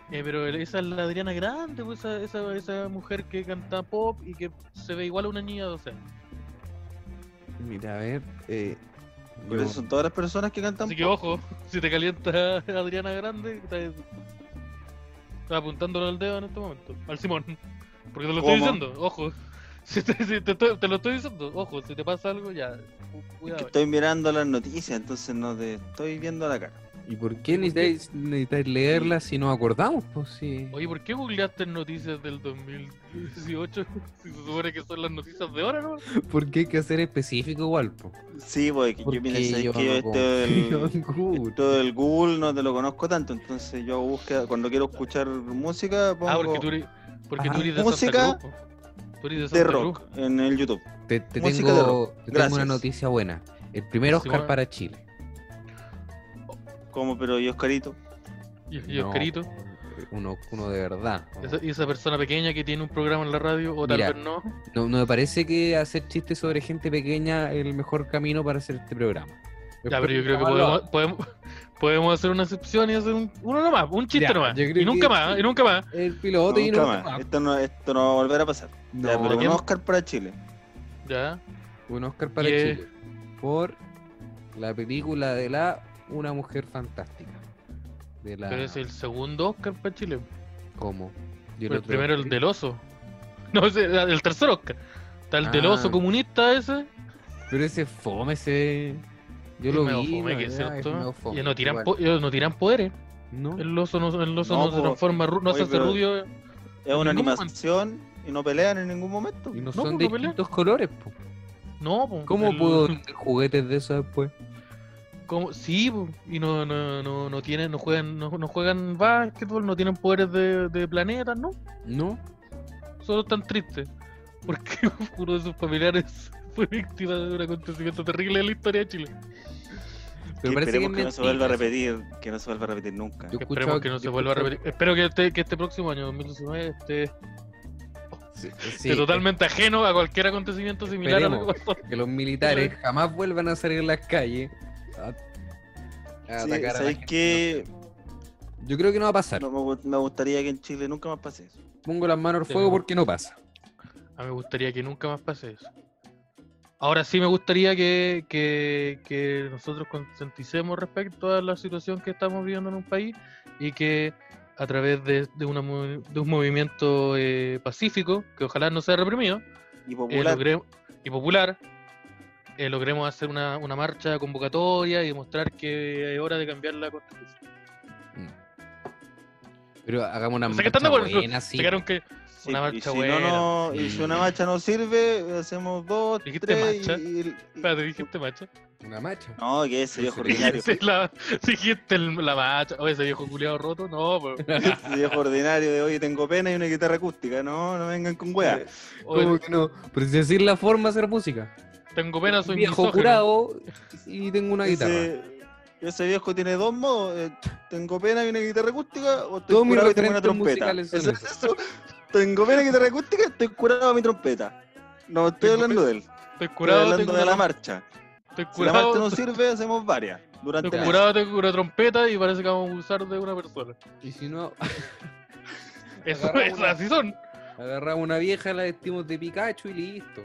Speaker 2: eh, pero esa es la Adriana Grande, pues, esa, esa, esa mujer que canta pop y que se ve igual a una niña de 12 años.
Speaker 1: Mira, a ver. eh,
Speaker 3: Por
Speaker 1: yo-
Speaker 3: eso son todas las personas que cantan.
Speaker 2: Así que
Speaker 3: pop.
Speaker 2: ojo, si te calienta Adriana Grande, estás estás apuntándole al dedo en este momento, al Simón. Porque te lo estoy
Speaker 3: ¿Cómo?
Speaker 2: diciendo, ojo. Si te, si te estoy- te lo estoy diciendo, ojo, si te pasa algo ya, cu-
Speaker 3: Es que
Speaker 2: cuidado.
Speaker 3: estoy mirando las noticias, entonces no te estoy viendo la cara.
Speaker 1: ¿Y por qué necesitáis, necesitáis leerla si nos acordamos? Pues sí.
Speaker 2: Oye, ¿por qué googleaste noticias del 2018? Si se supone que son las noticias de ahora, ¿no? Ah,
Speaker 1: Porque hay que ser específico igual, po.
Speaker 3: Sí, porque
Speaker 1: Porque
Speaker 3: yo, mira, sabes
Speaker 1: yo
Speaker 3: que yo
Speaker 1: no
Speaker 3: esto del-
Speaker 1: confío en Google.
Speaker 3: esto del Google no te lo conozco tanto, entonces yo hago búsqueda, cuando quiero escuchar música, pongo
Speaker 2: Ah, porque tú eres, porque tú
Speaker 1: Ajá.
Speaker 2: eres de
Speaker 3: Música
Speaker 2: Santa Cruz. po. Tú eres de
Speaker 3: de
Speaker 2: Santa Cruz.
Speaker 3: rock en el YouTube.
Speaker 1: Te, te
Speaker 3: música de
Speaker 1: tengo, te tengo una
Speaker 3: Gracias.
Speaker 1: noticia buena. El primer
Speaker 2: Sí,
Speaker 1: Oscar
Speaker 2: bueno.
Speaker 1: para Chile.
Speaker 3: Como, pero yo Oscarito.
Speaker 2: Y, y
Speaker 1: No,
Speaker 2: Oscarito.
Speaker 1: Uno, uno de verdad.
Speaker 2: Esa, y esa persona pequeña que tiene un programa en la radio, o tal
Speaker 1: Mira.
Speaker 2: vez no.
Speaker 1: No, no me parece que hacer chistes sobre gente pequeña es el mejor camino para hacer este programa.
Speaker 2: Ya, pero yo creo que podemos, podemos, podemos hacer una excepción y hacer un, uno nomás, un chiste
Speaker 1: Ya,
Speaker 2: nomás.
Speaker 1: yo creo
Speaker 2: Y nunca
Speaker 1: que-
Speaker 2: más, y nunca más.
Speaker 1: El piloto y
Speaker 3: Nunca
Speaker 1: no.
Speaker 3: más. Esto, no, esto no va a volver a pasar.
Speaker 1: No,
Speaker 3: ya, pero un
Speaker 2: ¿quién?
Speaker 3: Oscar para Chile.
Speaker 2: Ya.
Speaker 1: un Oscar para
Speaker 2: Y es-
Speaker 1: Chile. Por la película de la Una Mujer Fantástica. De la...
Speaker 2: Pero es el segundo Oscar para Chile.
Speaker 1: ¿Cómo? Y
Speaker 2: El,
Speaker 1: otro-
Speaker 2: primero el del oso. No, ese era el tercer Oscar. Está el del
Speaker 1: Ah.
Speaker 2: oso comunista ese.
Speaker 1: Pero ese fome, ese... Yo
Speaker 2: y
Speaker 1: lo
Speaker 2: medio
Speaker 1: vi.
Speaker 2: fome,
Speaker 1: no,
Speaker 2: que es
Speaker 1: ya, es
Speaker 2: cierto.
Speaker 1: medio fome,
Speaker 2: Y no tiran,
Speaker 1: igual.
Speaker 2: po- ellos no tiran poderes.
Speaker 1: No,
Speaker 2: El oso no, el oso
Speaker 3: No,
Speaker 2: no,
Speaker 3: po.
Speaker 2: se transforma, en ru- no
Speaker 3: Oye,
Speaker 2: se hace
Speaker 3: pero-
Speaker 2: rubio.
Speaker 3: Es una
Speaker 2: ningún momento.
Speaker 3: animación y no pelean en ningún momento.
Speaker 1: y no,
Speaker 2: no,
Speaker 1: son
Speaker 2: pues,
Speaker 1: de
Speaker 2: no pelea.
Speaker 1: distintos colores. po.
Speaker 2: No, po.
Speaker 1: ¿Cómo
Speaker 2: El-
Speaker 1: pudo vender juguetes de eso después?
Speaker 2: ¿Cómo? Sí, po. y no, no, no, no tienen, no juegan, no, no juegan básquetbol, no tienen poderes de, de planetas, ¿no?
Speaker 1: No.
Speaker 2: Solo están tristes. Porque uno de sus familiares fue víctima de un acontecimiento terrible en la historia de Chile.
Speaker 1: Pero
Speaker 3: Que
Speaker 1: parece que,
Speaker 3: esperemos que, no
Speaker 1: es
Speaker 3: se vuelva a
Speaker 1: mentira.
Speaker 3: repetir, que no se vuelva a repetir nunca.
Speaker 1: Yo- he escuchado-
Speaker 2: Esperemos que no se
Speaker 1: yo he
Speaker 2: vuelva a
Speaker 1: escuchado-
Speaker 2: repetir. Espero que este, que este próximo año, 2019, esté,
Speaker 1: Sí,
Speaker 2: esté
Speaker 1: sí,
Speaker 2: totalmente ajeno a cualquier acontecimiento similar a lo que pasó.
Speaker 1: que los militares jamás vuelvan a salir a las calles a, a atacar
Speaker 3: Sí,
Speaker 1: a la
Speaker 3: ¿sabes
Speaker 1: gente.
Speaker 3: qué?
Speaker 1: Yo creo que no va a pasar.
Speaker 3: No, me, gu- me gustaría que en Chile nunca más pase eso.
Speaker 1: Pongo las manos al
Speaker 2: Sí,
Speaker 1: fuego
Speaker 2: no.
Speaker 1: porque no pasa.
Speaker 2: A mí Ah, me gustaría que nunca más pase eso. Ahora sí me gustaría que, que- que nosotros concienticemos respecto a la situación que estamos viviendo en un país y que a través de, de una movi- de un movimiento eh, pacífico, que ojalá no sea reprimido,
Speaker 3: Y
Speaker 2: eh,
Speaker 3: popular.
Speaker 2: logre- y popular, eh, logremos hacer una, una marcha convocatoria y demostrar que es hora de cambiar la constitución.
Speaker 1: Pero hagamos una
Speaker 2: O sea que están de
Speaker 1: marcha
Speaker 2: acuerdo,
Speaker 1: buena, sí.
Speaker 2: Sacaron que
Speaker 3: Sí,
Speaker 2: una
Speaker 3: y
Speaker 2: marcha
Speaker 3: si
Speaker 2: buena.
Speaker 3: No, no, y si una marcha no sirve, hacemos dos,
Speaker 2: ¿Dijiste
Speaker 3: tres
Speaker 2: marcha?
Speaker 3: y... y- y-
Speaker 2: Espérate, dijiste macho.
Speaker 1: Una marcha.
Speaker 3: No, que ese viejo ordinario.
Speaker 2: Dijiste la, dijiste el- la macha. Oye, ese viejo culiado roto. No, pues, pero.
Speaker 3: Ese viejo ordinario de hoy tengo pena y una guitarra acústica. No, no vengan con weá.
Speaker 1: Eh,
Speaker 2: Oye,
Speaker 1: ¿Cómo que no? Pero si decir la forma de hacer música.
Speaker 2: tengo pena, soy
Speaker 1: viejo
Speaker 2: misógino.
Speaker 1: curado y tengo una guitarra.
Speaker 3: Ese, ese viejo tiene dos modos. eh, tengo pena y una guitarra acústica o estoy
Speaker 1: Todos mis
Speaker 3: curado y tengo una
Speaker 1: referentes
Speaker 3: trompeta.
Speaker 1: musicales son
Speaker 3: Eso es
Speaker 1: esos.
Speaker 3: eso. Tengo pena y guitarra acústica, estoy curado a mi trompeta. No estoy
Speaker 2: Tengo
Speaker 3: hablando
Speaker 2: pena,
Speaker 3: de él, estoy
Speaker 2: Estoy curado,
Speaker 3: hablando
Speaker 2: tengo
Speaker 3: de
Speaker 2: una-
Speaker 3: la marcha.
Speaker 2: Estoy
Speaker 3: Si la
Speaker 2: curado,
Speaker 3: marcha este no sirve, hacemos varias durante
Speaker 2: estoy
Speaker 3: el
Speaker 2: curado, tengo una trompeta y parece que vamos a abusar de una persona.
Speaker 1: Y si no,
Speaker 2: Eso
Speaker 1: Agarra
Speaker 2: es,
Speaker 1: una.
Speaker 2: así son.
Speaker 1: agarramos una vieja, la vestimos de Pikachu y listo.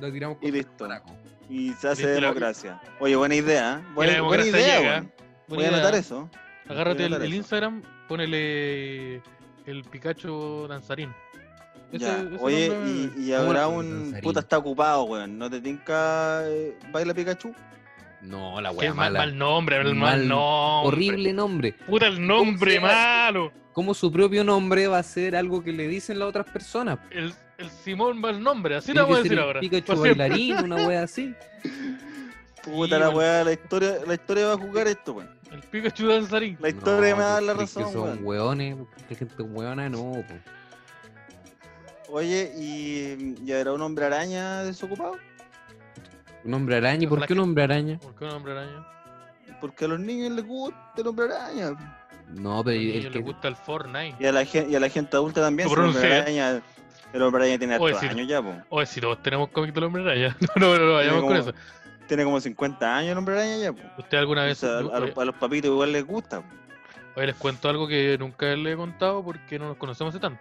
Speaker 1: La tiramos
Speaker 3: Y
Speaker 1: contra el
Speaker 3: listo.
Speaker 1: maraco.
Speaker 3: y se hace
Speaker 2: Listo, la-
Speaker 3: democracia. Oye, buena idea. ¿eh? Buena, buena
Speaker 2: democracia
Speaker 3: idea,
Speaker 2: llega.
Speaker 3: weón. Voy a anotar eso.
Speaker 2: Agárrate
Speaker 3: Voy a
Speaker 2: el,
Speaker 3: anotar
Speaker 2: el
Speaker 3: eso.
Speaker 2: Instagram, ponele el Pikachu danzarín. Ese-
Speaker 3: Ya.
Speaker 2: ese
Speaker 3: Oye,
Speaker 2: nombre-
Speaker 3: y, y
Speaker 1: ¿Cómo
Speaker 3: habrá
Speaker 1: lo-
Speaker 3: un.
Speaker 1: danzarín?
Speaker 3: Puta, está ocupado, weón. ¿No te tinca eh, baila Pikachu?
Speaker 1: No, la
Speaker 2: Qué
Speaker 1: wea
Speaker 2: mal,
Speaker 1: mala.
Speaker 2: mal nombre, el
Speaker 1: Mal-
Speaker 2: mal nombre.
Speaker 1: Horrible nombre.
Speaker 2: Puta, el
Speaker 1: se
Speaker 2: nombre
Speaker 1: llama?
Speaker 2: malo.
Speaker 1: Como su propio nombre va a ser algo que le dicen las otras personas.
Speaker 2: El, el Simón mal nombre, así
Speaker 1: Tiene
Speaker 2: la
Speaker 1: que
Speaker 2: voy
Speaker 1: ser
Speaker 2: a decir
Speaker 1: un
Speaker 2: ahora.
Speaker 1: Pikachu
Speaker 2: Por siempre.
Speaker 1: bailarín, una wea así.
Speaker 3: Puta
Speaker 2: Sí,
Speaker 3: la
Speaker 2: weón.
Speaker 3: weá, la historia, la historia va a jugar esto, weón.
Speaker 2: El Pikachu danzarín.
Speaker 3: La historia
Speaker 1: No, pues,
Speaker 3: me va a dar la
Speaker 1: es que
Speaker 3: razón,
Speaker 1: son
Speaker 3: weón.
Speaker 1: hueones, que gente hueona no. pues. po.
Speaker 3: Oye, y, ¿y habrá un hombre araña desocupado?
Speaker 1: Un hombre araña, ¿y por
Speaker 2: Ojalá
Speaker 1: qué un
Speaker 2: que-
Speaker 1: hombre araña?
Speaker 2: ¿Por qué un hombre araña?
Speaker 3: Porque a los niños les gusta el hombre araña.
Speaker 1: No,
Speaker 2: A
Speaker 1: pero
Speaker 2: los
Speaker 1: el
Speaker 2: niños
Speaker 1: que-
Speaker 2: les gusta el Fortnite.
Speaker 3: Y a la, gen- y a la gente adulta también.
Speaker 2: Lo
Speaker 3: si El hombre,
Speaker 2: pronuncié.
Speaker 3: araña, el hombre araña tiene
Speaker 2: Oye,
Speaker 3: hartos
Speaker 2: sí.
Speaker 3: años ya, po.
Speaker 2: Oye, si todos tenemos cómic del hombre araña. No, no, no, no, vayamos con
Speaker 3: como-
Speaker 2: eso.
Speaker 3: Tiene como 50 años el hombre araña ya, po.
Speaker 2: ¿Usted alguna
Speaker 3: O
Speaker 2: vez.?
Speaker 3: sea, a, a
Speaker 2: oye,
Speaker 3: los, a los papitos igual les gusta. po.
Speaker 2: oye, les cuento algo que nunca le he contado porque no nos conocemos hace tanto.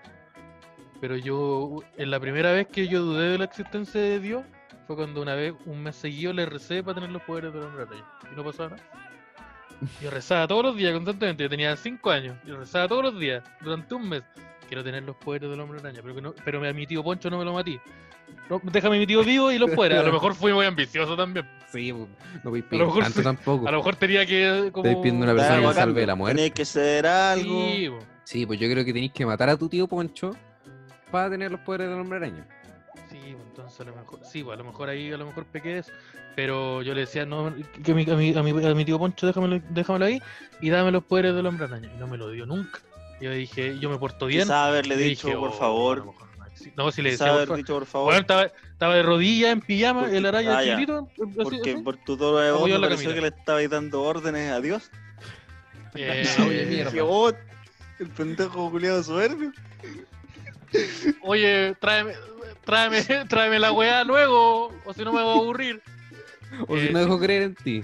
Speaker 2: Pero yo. En la primera vez que yo dudé de la existencia de Dios fue cuando una vez, un mes seguido, le recé para tener los poderes del hombre araña. Y no pasaba nada. Yo rezaba todos los días constantemente. Yo tenía 5 años. Yo rezaba todos los días durante un mes. Quiero tener los poderes del hombre araña. Pero, que no, pero a mi tío Poncho no me lo matí. No, déjame a mi tío vivo y los poderes. A lo mejor fui muy ambicioso también.
Speaker 1: Sí, po, no voy a
Speaker 2: lo mejor
Speaker 1: tanto
Speaker 2: sí,
Speaker 1: tampoco.
Speaker 2: A lo mejor tenía que. eh, Como...
Speaker 1: Estoy pidiendo una
Speaker 3: Está
Speaker 1: persona que
Speaker 3: bacán,
Speaker 1: salve de la
Speaker 3: po.
Speaker 1: muerte.
Speaker 3: Tenés que ceder algo.
Speaker 2: Sí, po.
Speaker 1: Sí, pues yo creo que tenéis que matar a tu tío Poncho para tener los poderes del hombre araña.
Speaker 2: Sí, po, entonces a lo mejor. Sí, po, a lo mejor ahí a lo mejor pequé de eso. Pero yo le decía, no, que mi- a, mi, a, mi, a mi tío Poncho, déjamelo, déjamelo ahí y dame los poderes del hombre araña. Y no me lo dio nunca. Yo dije, yo me porto bien.
Speaker 3: Quizá haberle
Speaker 2: y
Speaker 3: dicho,
Speaker 2: dije,
Speaker 3: por
Speaker 2: "Oh, a lo
Speaker 3: favor.
Speaker 2: mejor no exi-". No, si le decía,
Speaker 3: Quizá
Speaker 2: por
Speaker 3: haber
Speaker 2: favor.
Speaker 3: dicho, por favor.
Speaker 2: Bueno, estaba, estaba de rodillas en pijama,
Speaker 3: Porque-
Speaker 2: el araña
Speaker 3: ah, ya.
Speaker 2: chiquitito. así-
Speaker 3: Porque
Speaker 2: así. Eh,
Speaker 3: por tu todo de
Speaker 2: Como
Speaker 3: voz
Speaker 2: yo
Speaker 3: me
Speaker 2: en la
Speaker 3: pareció que
Speaker 2: camina.
Speaker 3: le estabais dando órdenes a Dios.
Speaker 2: Eh,
Speaker 1: Oye, mierda.
Speaker 3: Dije, "Oh, el pendejo culiado soberbio.
Speaker 2: Oye, tráeme, tráeme, tráeme la weá luego, o si no me voy a aburrir.
Speaker 1: O si
Speaker 2: Eh,
Speaker 1: no
Speaker 2: sí.
Speaker 1: dejó creer en ti.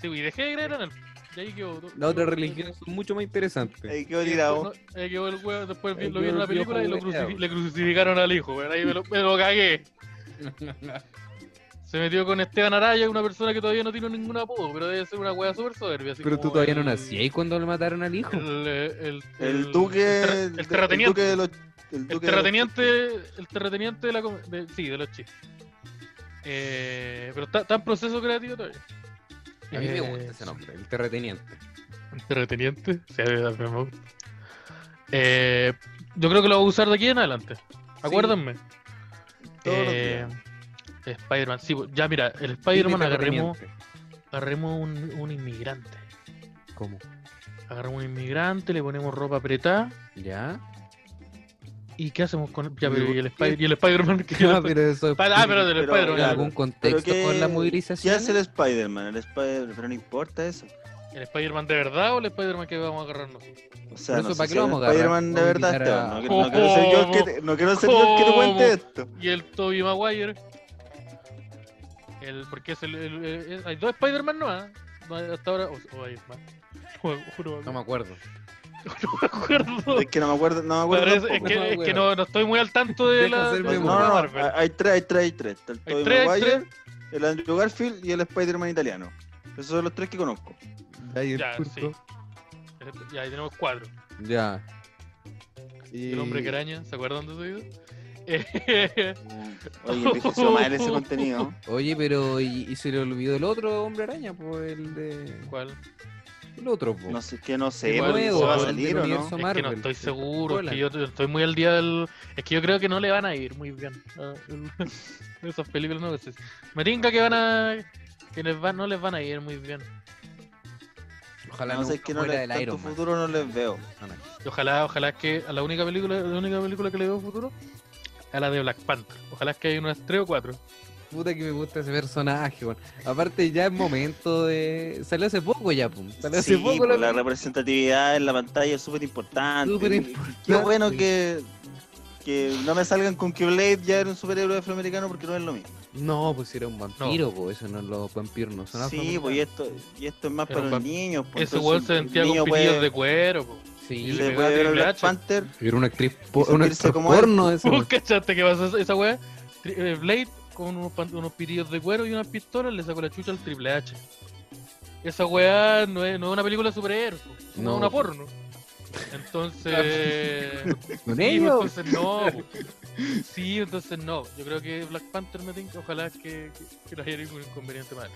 Speaker 2: Sí, güey, dejé de creer en él. Y ahí quedó.
Speaker 1: La otra religión es mucho más interesante.
Speaker 3: Ahí quedó
Speaker 2: Y
Speaker 3: tirado.
Speaker 2: después, no, ahí quedó el huevo, después vi-
Speaker 1: Ahí
Speaker 2: lo vi
Speaker 1: quedó
Speaker 2: en la
Speaker 1: el viejo
Speaker 2: película y lo
Speaker 1: hueveado.
Speaker 2: crucifi- le crucificaron al hijo, güey. Ahí me lo, me lo cagué. Se metió con Esteban Araya, una persona que todavía no tiene ningún apodo, pero debe ser una wea súper soberbia. así
Speaker 1: Pero tú
Speaker 2: como
Speaker 1: todavía no
Speaker 2: el-
Speaker 1: nací ahí cuando le mataron al hijo.
Speaker 2: El, el,
Speaker 3: El duque.
Speaker 2: el terra- El, terrateniente.
Speaker 3: duque de los.
Speaker 2: El
Speaker 3: duque de los-
Speaker 2: terrateniente, el terrateniente de la. com- de- sí, de los chistes. Eh, pero está, está en proceso creativo todavía.
Speaker 1: A mí me
Speaker 2: Eh,
Speaker 1: gusta ese nombre, el terrateniente.
Speaker 2: El terrateniente. Sí, a mí también me gusta. Eh, yo creo que lo voy a usar de aquí en adelante. Acuérdenme.
Speaker 3: Todos los
Speaker 2: Eh,
Speaker 3: días.
Speaker 2: Spider-Man. Sí, pues, ya mira, el Spider-Man
Speaker 1: Dime
Speaker 2: agarremos,
Speaker 1: terrateniente.
Speaker 2: agarremos un, un inmigrante.
Speaker 1: ¿Cómo?
Speaker 2: Agarramos un inmigrante, le ponemos ropa apretada.
Speaker 1: ¿Ya?
Speaker 2: ¿Y qué hacemos con el, ya,
Speaker 1: Pero,
Speaker 2: pero, y el,
Speaker 1: ¿qué?
Speaker 2: Spider- y el Spider-man? que-
Speaker 1: Ah, pero eso es-
Speaker 2: Ah, pero del
Speaker 3: Pero,
Speaker 2: Spider-Man.
Speaker 1: ¿Tiene
Speaker 2: ya,
Speaker 3: claro.
Speaker 1: algún
Speaker 3: Pero
Speaker 1: contexto
Speaker 3: qué-
Speaker 1: con la
Speaker 3: ¿Qué
Speaker 1: movilización?
Speaker 3: hace el Spider-Man? El Spider-Man, pero no importa eso.
Speaker 2: ¿El Spider-Man de verdad o el Spider-Man que vamos a agarrarnos?
Speaker 3: O sea,
Speaker 1: Pero eso, ¿para
Speaker 3: no sé
Speaker 1: qué
Speaker 3: si
Speaker 1: lo
Speaker 3: el
Speaker 1: vamos a agarrar?
Speaker 3: Spider-Man de
Speaker 1: Vamos a
Speaker 3: verdad,
Speaker 1: invitar a-
Speaker 3: Esteban. No, que- no quiero ser yo el que te, no quiero ser yo el que te cuente esto.
Speaker 2: Y el Tobey Maguire. El, porque es el, el- el- hay dos Spider-Man, ¿no? ah? No hay- Hasta ahora. O, o hay más. O- o no,
Speaker 1: No me acuerdo.
Speaker 2: no me acuerdo.
Speaker 3: Es que no me acuerdo, no me acuerdo.
Speaker 2: Parece- es
Speaker 3: tampoco.
Speaker 1: No
Speaker 2: que,
Speaker 1: me
Speaker 2: es que no, no estoy muy al tanto de
Speaker 1: Deja
Speaker 2: la.
Speaker 1: hacer
Speaker 2: de la
Speaker 3: No,
Speaker 1: memoria.
Speaker 2: de
Speaker 3: no,
Speaker 2: Marvel.
Speaker 3: no, hay tres, hay tres, hay tres. Está el Tobey
Speaker 2: tres, hay
Speaker 3: Maguire, el Andrew Garfield y el Spider-Man italiano. Esos son los tres que conozco.
Speaker 1: Ahí
Speaker 2: Ya, sí. Y ahí tenemos cuatro.
Speaker 1: Ya.
Speaker 2: El hombre que araña, ¿se acuerdan de eso? Eh,
Speaker 3: Oye, envejeció mal ese contenido.
Speaker 1: Oye, pero ¿y, y se le olvidó el otro hombre araña? Pues el de.
Speaker 2: ¿Cuál?
Speaker 1: El otro, pues.
Speaker 3: No sé, es que no sé,
Speaker 2: Igual,
Speaker 3: porque
Speaker 2: nuevo,
Speaker 3: se va a
Speaker 2: del
Speaker 3: salir o no.
Speaker 1: universo.
Speaker 2: Es que no
Speaker 1: Marvel,
Speaker 2: estoy
Speaker 1: sí, pues,
Speaker 2: seguro, es
Speaker 1: Nolan.
Speaker 2: que yo yo estoy muy al día del... Es que yo creo que no le van a ir muy bien a- esas películas. No, sé. me tinca que van a... Que les va- no les van a ir muy bien.
Speaker 1: Ojalá
Speaker 3: No
Speaker 1: no
Speaker 3: sé,
Speaker 1: se
Speaker 3: es que no les,
Speaker 1: del
Speaker 3: tanto
Speaker 1: Iron Man.
Speaker 3: futuro no les veo.
Speaker 2: Y ojalá, ojalá que a la única película, la única película que le veo futuro, a la de Black Panther. Ojalá que haya unas tres o cuatro.
Speaker 1: Puta que me gusta ese personaje, weón. Aparte, ya es momento de. Salió hace poco ya, pum. Salió
Speaker 3: Sí,
Speaker 1: hace poco
Speaker 3: pues, la,
Speaker 1: la película.
Speaker 3: representatividad en la pantalla es súper importante.
Speaker 1: Súper
Speaker 3: Y-
Speaker 1: importante.
Speaker 3: Qué bueno que, que no me salgan con que Blade ya era un superhéroe afroamericano porque no es lo mismo.
Speaker 1: No, pues era un vampiro, pues. Eso no, los vampiros no son
Speaker 3: sí,
Speaker 1: afroamericanos.
Speaker 3: pues y esto, y esto es más
Speaker 2: Pero
Speaker 3: para
Speaker 2: va-
Speaker 3: los niños. Pues,
Speaker 2: Ese
Speaker 3: entonces,
Speaker 2: weón se
Speaker 3: el
Speaker 2: sentía con
Speaker 3: niño
Speaker 2: pitillos
Speaker 3: puede-
Speaker 2: de cuero, po.
Speaker 1: Sí.
Speaker 2: y
Speaker 3: se
Speaker 2: le
Speaker 3: puede ver
Speaker 2: pegaba
Speaker 3: a Black
Speaker 2: Triple H.
Speaker 3: Panther.
Speaker 1: Era una actriz,
Speaker 3: po- una sentirse actriz como él. porno
Speaker 1: de
Speaker 2: ¿Vos cachaste que pasó esa- esa weá? Tri- eh, Blade con unos, pan- unos pitillos de cuero y unas pistolas le sacó la chucha al Triple H. Esa weá no es, no es una película de superhéroes, po, es
Speaker 1: No,
Speaker 2: una
Speaker 1: po.
Speaker 2: porno. Entonces. sí,
Speaker 1: Con
Speaker 2: pues,
Speaker 1: ellos.
Speaker 2: entonces no. po. Sí, entonces no. Yo creo que Black Panther me tinca, ojalá que, que- que no haya ningún inconveniente más.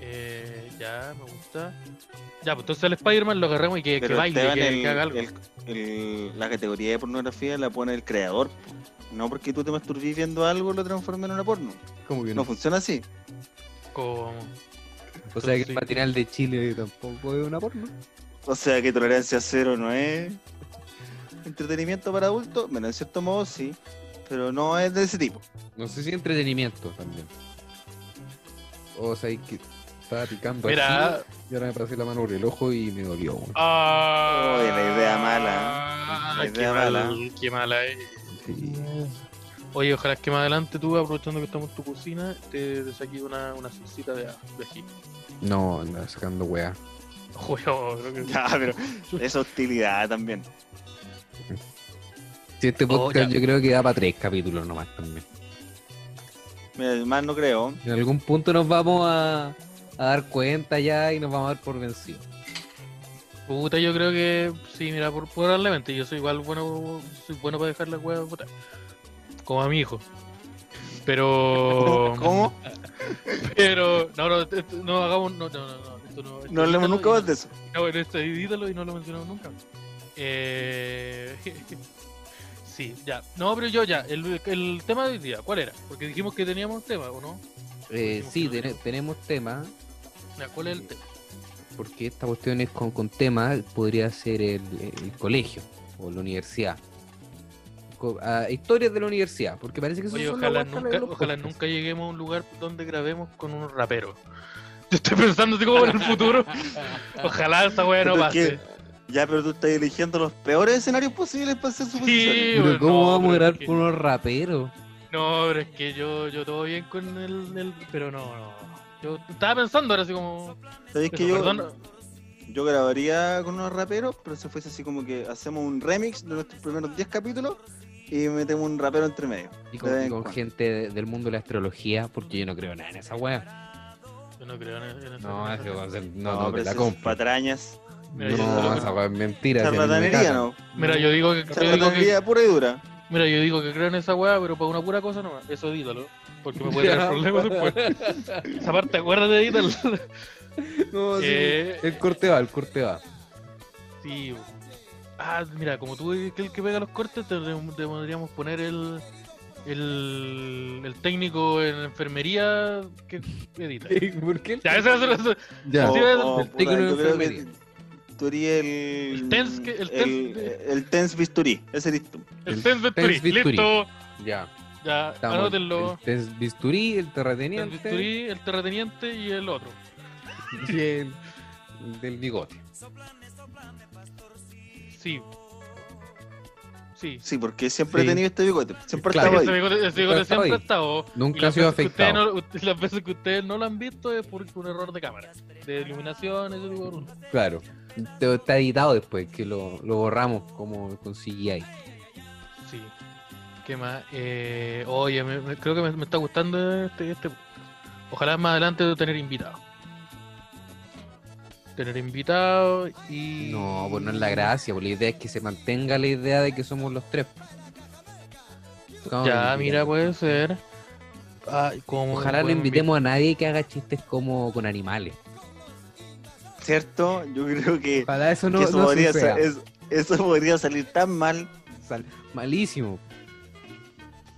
Speaker 2: Eh, ya, me gusta. Ya, pues entonces al Spider-Man lo agarramos y que, que
Speaker 3: Pero
Speaker 2: baile,
Speaker 3: Esteban,
Speaker 2: que,
Speaker 3: el-
Speaker 2: que haga algo.
Speaker 3: el- el- la categoría de pornografía la pone el creador. po. No porque tú te masturbís viendo algo lo transformes en una porno.
Speaker 1: Como que
Speaker 3: No funciona así.
Speaker 2: Como-
Speaker 1: pues, O sea que el
Speaker 2: Sí.
Speaker 1: matinal de Chile tampoco es una porno.
Speaker 3: O sea que tolerancia cero no es entretenimiento para adultos. Bueno, en cierto modo sí, pero no es de ese tipo.
Speaker 1: No sé si entretenimiento también. O sea, que estaba picando
Speaker 3: Pues
Speaker 2: Mira,
Speaker 1: así, y ahora me pasé la mano por el ojo y me dolió. weón.
Speaker 2: Ah,
Speaker 3: Uy, la idea mala, ¿eh?
Speaker 2: Ah,
Speaker 3: La idea
Speaker 2: qué mala.
Speaker 3: mala.
Speaker 2: Qué mala es.
Speaker 1: Sí.
Speaker 2: Oye, ojalá que más adelante tú, aprovechando que estamos en tu cocina, te, te saques una, una salsita de, de ají.
Speaker 1: No, andaba sacando weá.
Speaker 2: Oye, oh, creo que-
Speaker 3: Ya, pero es hostilidad también.
Speaker 1: Si este
Speaker 2: Oh, ya.
Speaker 1: podcast yo creo que da para tres capítulos nomás también.
Speaker 3: Mira, más no creo.
Speaker 1: En algún punto nos vamos a, a dar cuenta ya y nos vamos a dar por vencidos.
Speaker 2: Puta, yo creo que sí, mira, por probablemente yo soy igual bueno, soy bueno para dejar la hueá botar. Como a mi hijo. Pero
Speaker 3: ¿Cómo?
Speaker 2: pero no, no, esto- no hagamos no, no, no, no, esto no.
Speaker 3: No hablemos nunca más de eso.
Speaker 2: No, pero Ah, esto edítalo y no lo mencionamos nunca. Eh... sí, ya. No, pero yo ya. El, el tema de hoy día, ¿cuál era? Porque dijimos que teníamos un tema, ¿o no?
Speaker 1: Eh,
Speaker 2: Dijimos
Speaker 1: sí,
Speaker 2: que no
Speaker 1: ten- tenemos temas,
Speaker 2: Ya, ¿Cuál es el tema?
Speaker 1: porque esta cuestión es con, con temas, podría ser el, el colegio o la universidad. Co- ah, historias de la universidad, porque parece que eso
Speaker 2: Oye,
Speaker 1: son
Speaker 2: ojalá
Speaker 1: las guas que hablan
Speaker 2: nunca,
Speaker 1: en los
Speaker 2: ojalá
Speaker 1: podcasts.
Speaker 2: nunca lleguemos a un lugar donde grabemos con unos raperos. Yo estoy pensando así como en el futuro. Ojalá esa weá no
Speaker 3: Pero
Speaker 2: pase.
Speaker 3: que- Ya, pero tú estás eligiendo los peores escenarios posibles para hacer suposiciones.
Speaker 2: Sí,
Speaker 1: Pero
Speaker 2: bueno,
Speaker 1: ¿cómo
Speaker 2: no,
Speaker 1: vamos a
Speaker 2: pero es
Speaker 1: orar
Speaker 2: que-
Speaker 1: por unos raperos?
Speaker 2: No, pero es que yo, yo todo bien con el, el- Pero no, no. Yo estaba pensando, era así como.
Speaker 3: ¿Sabéis que
Speaker 2: eso,
Speaker 3: yo,
Speaker 2: perdón,
Speaker 3: yo grabaría con unos raperos, pero si fuese así como que hacemos un remix de nuestros primeros 10 capítulos y metemos un rapero entre medio.
Speaker 1: Y con,
Speaker 3: De
Speaker 1: y
Speaker 3: vez en
Speaker 1: con
Speaker 3: cuando.
Speaker 1: gente de- del mundo de la astrología, porque yo no creo nada en esa wea.
Speaker 2: Yo no creo en, en esa-
Speaker 1: No,
Speaker 2: en
Speaker 1: eso
Speaker 2: esa-
Speaker 1: va a ser- no, no, te
Speaker 3: pero
Speaker 1: la
Speaker 3: eso es
Speaker 1: compro.
Speaker 3: patrañas.
Speaker 2: Mira,
Speaker 1: No,
Speaker 2: yo-
Speaker 1: esa wea es mentira. si a mí me
Speaker 3: Charlatanería,
Speaker 1: cagan.
Speaker 3: ¿no?
Speaker 2: Mira, yo digo que. yo digo que-
Speaker 3: Charlatanería pura y dura.
Speaker 2: Mira, yo digo que creo en esa weá, pero para una pura cosa nomás. Eso edítalo. Porque me puede traer problemas después. Esa parte, acuérdate de editarlo.
Speaker 1: No, sí.
Speaker 2: Eh,
Speaker 1: El corte va, el corte va.
Speaker 2: sí. bo. Ah, mira, como tú eres el que pega los cortes, te, te podríamos poner el, el, el técnico en enfermería que edita.
Speaker 1: ¿Por qué?
Speaker 2: Ya, eso, eso, eso.
Speaker 1: Ya.
Speaker 3: O-
Speaker 2: Sí, es-
Speaker 3: o,
Speaker 1: el
Speaker 3: puta,
Speaker 1: técnico de
Speaker 3: yo creo que
Speaker 1: enfermería.
Speaker 3: tú erías el.
Speaker 2: El tens que- el tens de-
Speaker 3: el tens bisturí. Ese eres tú.
Speaker 2: El
Speaker 1: El
Speaker 2: Sense
Speaker 1: Sense
Speaker 2: Bisturí.
Speaker 1: Bisturí.
Speaker 2: Listo.
Speaker 1: Ya.
Speaker 2: Ya,
Speaker 1: Estamos.
Speaker 2: anótenlo.
Speaker 1: El test bisturí, el
Speaker 2: El
Speaker 1: terrateniente
Speaker 2: Bisturí, el terrateniente y el otro.
Speaker 1: y el del bigote.
Speaker 2: Sí. Sí.
Speaker 3: Sí, porque siempre
Speaker 1: Sí.
Speaker 3: he tenido este bigote. Siempre
Speaker 1: Claro.
Speaker 3: estaba
Speaker 2: Ese
Speaker 3: ahí.
Speaker 2: bigote, ese bigote
Speaker 1: estaba
Speaker 2: siempre ha
Speaker 1: ahí.
Speaker 2: estado. Y
Speaker 1: Nunca ha
Speaker 2: las
Speaker 1: sido
Speaker 2: veces que ustedes
Speaker 1: afectado.
Speaker 2: no- las veces que ustedes no lo han visto es por un error de cámara, de iluminación, ese tipo de error.
Speaker 1: Claro. Te- Está editado después, que lo, lo borramos como con CGI.
Speaker 2: Sí. ¿Qué más? Eh, oye, me- me- creo que me, me está gustando este, este podcast. Ojalá más adelante tener invitados. Tener invitados y.
Speaker 1: No, pues no es la gracia, pues la idea es que se mantenga la idea de que somos los tres. Vamos a
Speaker 2: Ya,
Speaker 1: invitar.
Speaker 2: mira,
Speaker 3: pues,
Speaker 2: puede ser. Ah, como-
Speaker 1: Ojalá no
Speaker 2: podemos
Speaker 1: invitemos a nadie que haga chistes como con animales.
Speaker 3: ¿Cierto? Yo creo que,
Speaker 1: Ojalá eso no,
Speaker 3: que eso,
Speaker 1: no
Speaker 3: podría
Speaker 1: suceda.
Speaker 3: sa- es- eso podría salir tan mal.
Speaker 1: Sal- malísimo.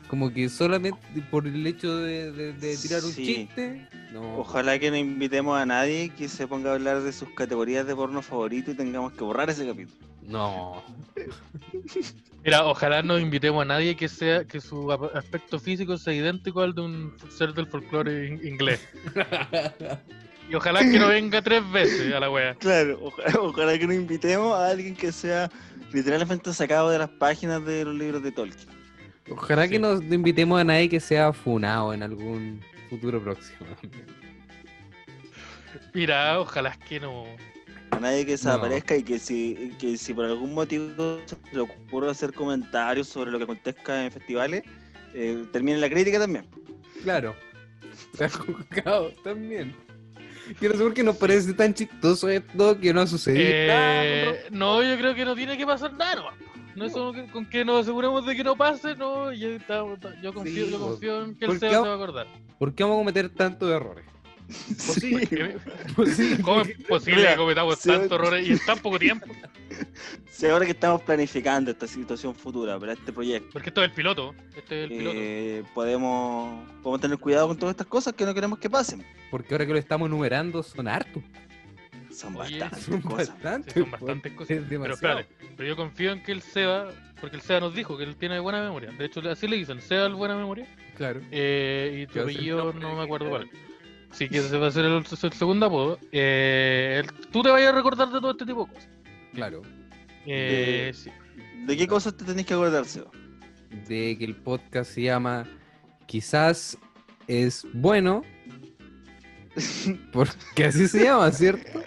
Speaker 1: Como que solamente por el hecho de, de- de tirar un
Speaker 3: Sí.
Speaker 1: chiste, no.
Speaker 3: Ojalá que no invitemos a nadie que se ponga a hablar de sus categorías de porno favorito y tengamos que borrar ese capítulo.
Speaker 1: No.
Speaker 2: invitar- Mira, ojalá no invitemos a nadie que sea que su ap- aspecto físico sea idéntico al de un ser del folclore in- inglés. Y ojalá que no venga tres veces a la wea.
Speaker 3: Claro, ojalá, ojalá que no invitemos a alguien que sea literalmente sacado de las páginas de los libros de Tolkien.
Speaker 1: Ojalá
Speaker 2: Sí.
Speaker 1: que nos no invitemos a nadie que sea funado en algún futuro próximo.
Speaker 2: Mira, ojalá que no.
Speaker 3: a nadie que se
Speaker 1: No.
Speaker 3: aparezca y que si, que si por algún motivo se le ocurre hacer comentarios sobre lo que acontezca en festivales, eh, termine la crítica también.
Speaker 1: Claro. Está juzgado también. Quiero saber que nos parece tan chistoso esto que no ha sucedido.
Speaker 2: Eh, no, yo creo que no tiene que pasar nada. nomás. No, eso que- con que nos aseguremos de que no pase, no, yo, está- yo confío,
Speaker 1: Sí,
Speaker 2: yo
Speaker 1: pues.
Speaker 2: confío en que el
Speaker 1: Porque
Speaker 2: CEO se
Speaker 1: ahora-
Speaker 2: va a acordar.
Speaker 1: ¿Por qué vamos a cometer tantos errores?
Speaker 3: Sí,
Speaker 1: Pues sí,
Speaker 2: ¿Cómo es posible
Speaker 3: Mira,
Speaker 2: que cometamos
Speaker 3: sí,
Speaker 2: tantos errores y en tan poco tiempo?
Speaker 3: sí, ahora que estamos planificando esta situación futura para este proyecto,
Speaker 2: Porque esto es el piloto. Este es el piloto.
Speaker 3: eh, podemos, podemos tener cuidado con todas estas cosas que no queremos que pasen.
Speaker 1: porque ahora que lo estamos numerando son hartos.
Speaker 3: Son
Speaker 2: Oye,
Speaker 3: bastantes
Speaker 1: Son
Speaker 3: cosas.
Speaker 1: bastantes.
Speaker 2: Sí, son
Speaker 1: pues,
Speaker 2: bastantes cosas.
Speaker 1: es
Speaker 2: Pero
Speaker 1: demasiado.
Speaker 2: espérate, pero yo confío en que el SEBA, porque el SEBA nos dijo que él tiene buena memoria. De hecho, así le dicen, SEBA el buena memoria.
Speaker 1: Claro.
Speaker 2: Eh, y tu
Speaker 1: Yo soy
Speaker 2: apellido
Speaker 1: nombre
Speaker 2: no
Speaker 1: de
Speaker 2: me acuerdo cuál.
Speaker 1: Hitler.
Speaker 2: Sí, que se va a hacer el, el segundo apodo. Eh, el- tú te vas a recordar de todo este tipo de cosas.
Speaker 1: Claro.
Speaker 2: Eh,
Speaker 3: De-
Speaker 2: sí.
Speaker 3: ¿De qué cosas te tenés que acordar, Seba?
Speaker 1: de que el podcast se llama Quizás es bueno. Porque así se llama, ¿cierto?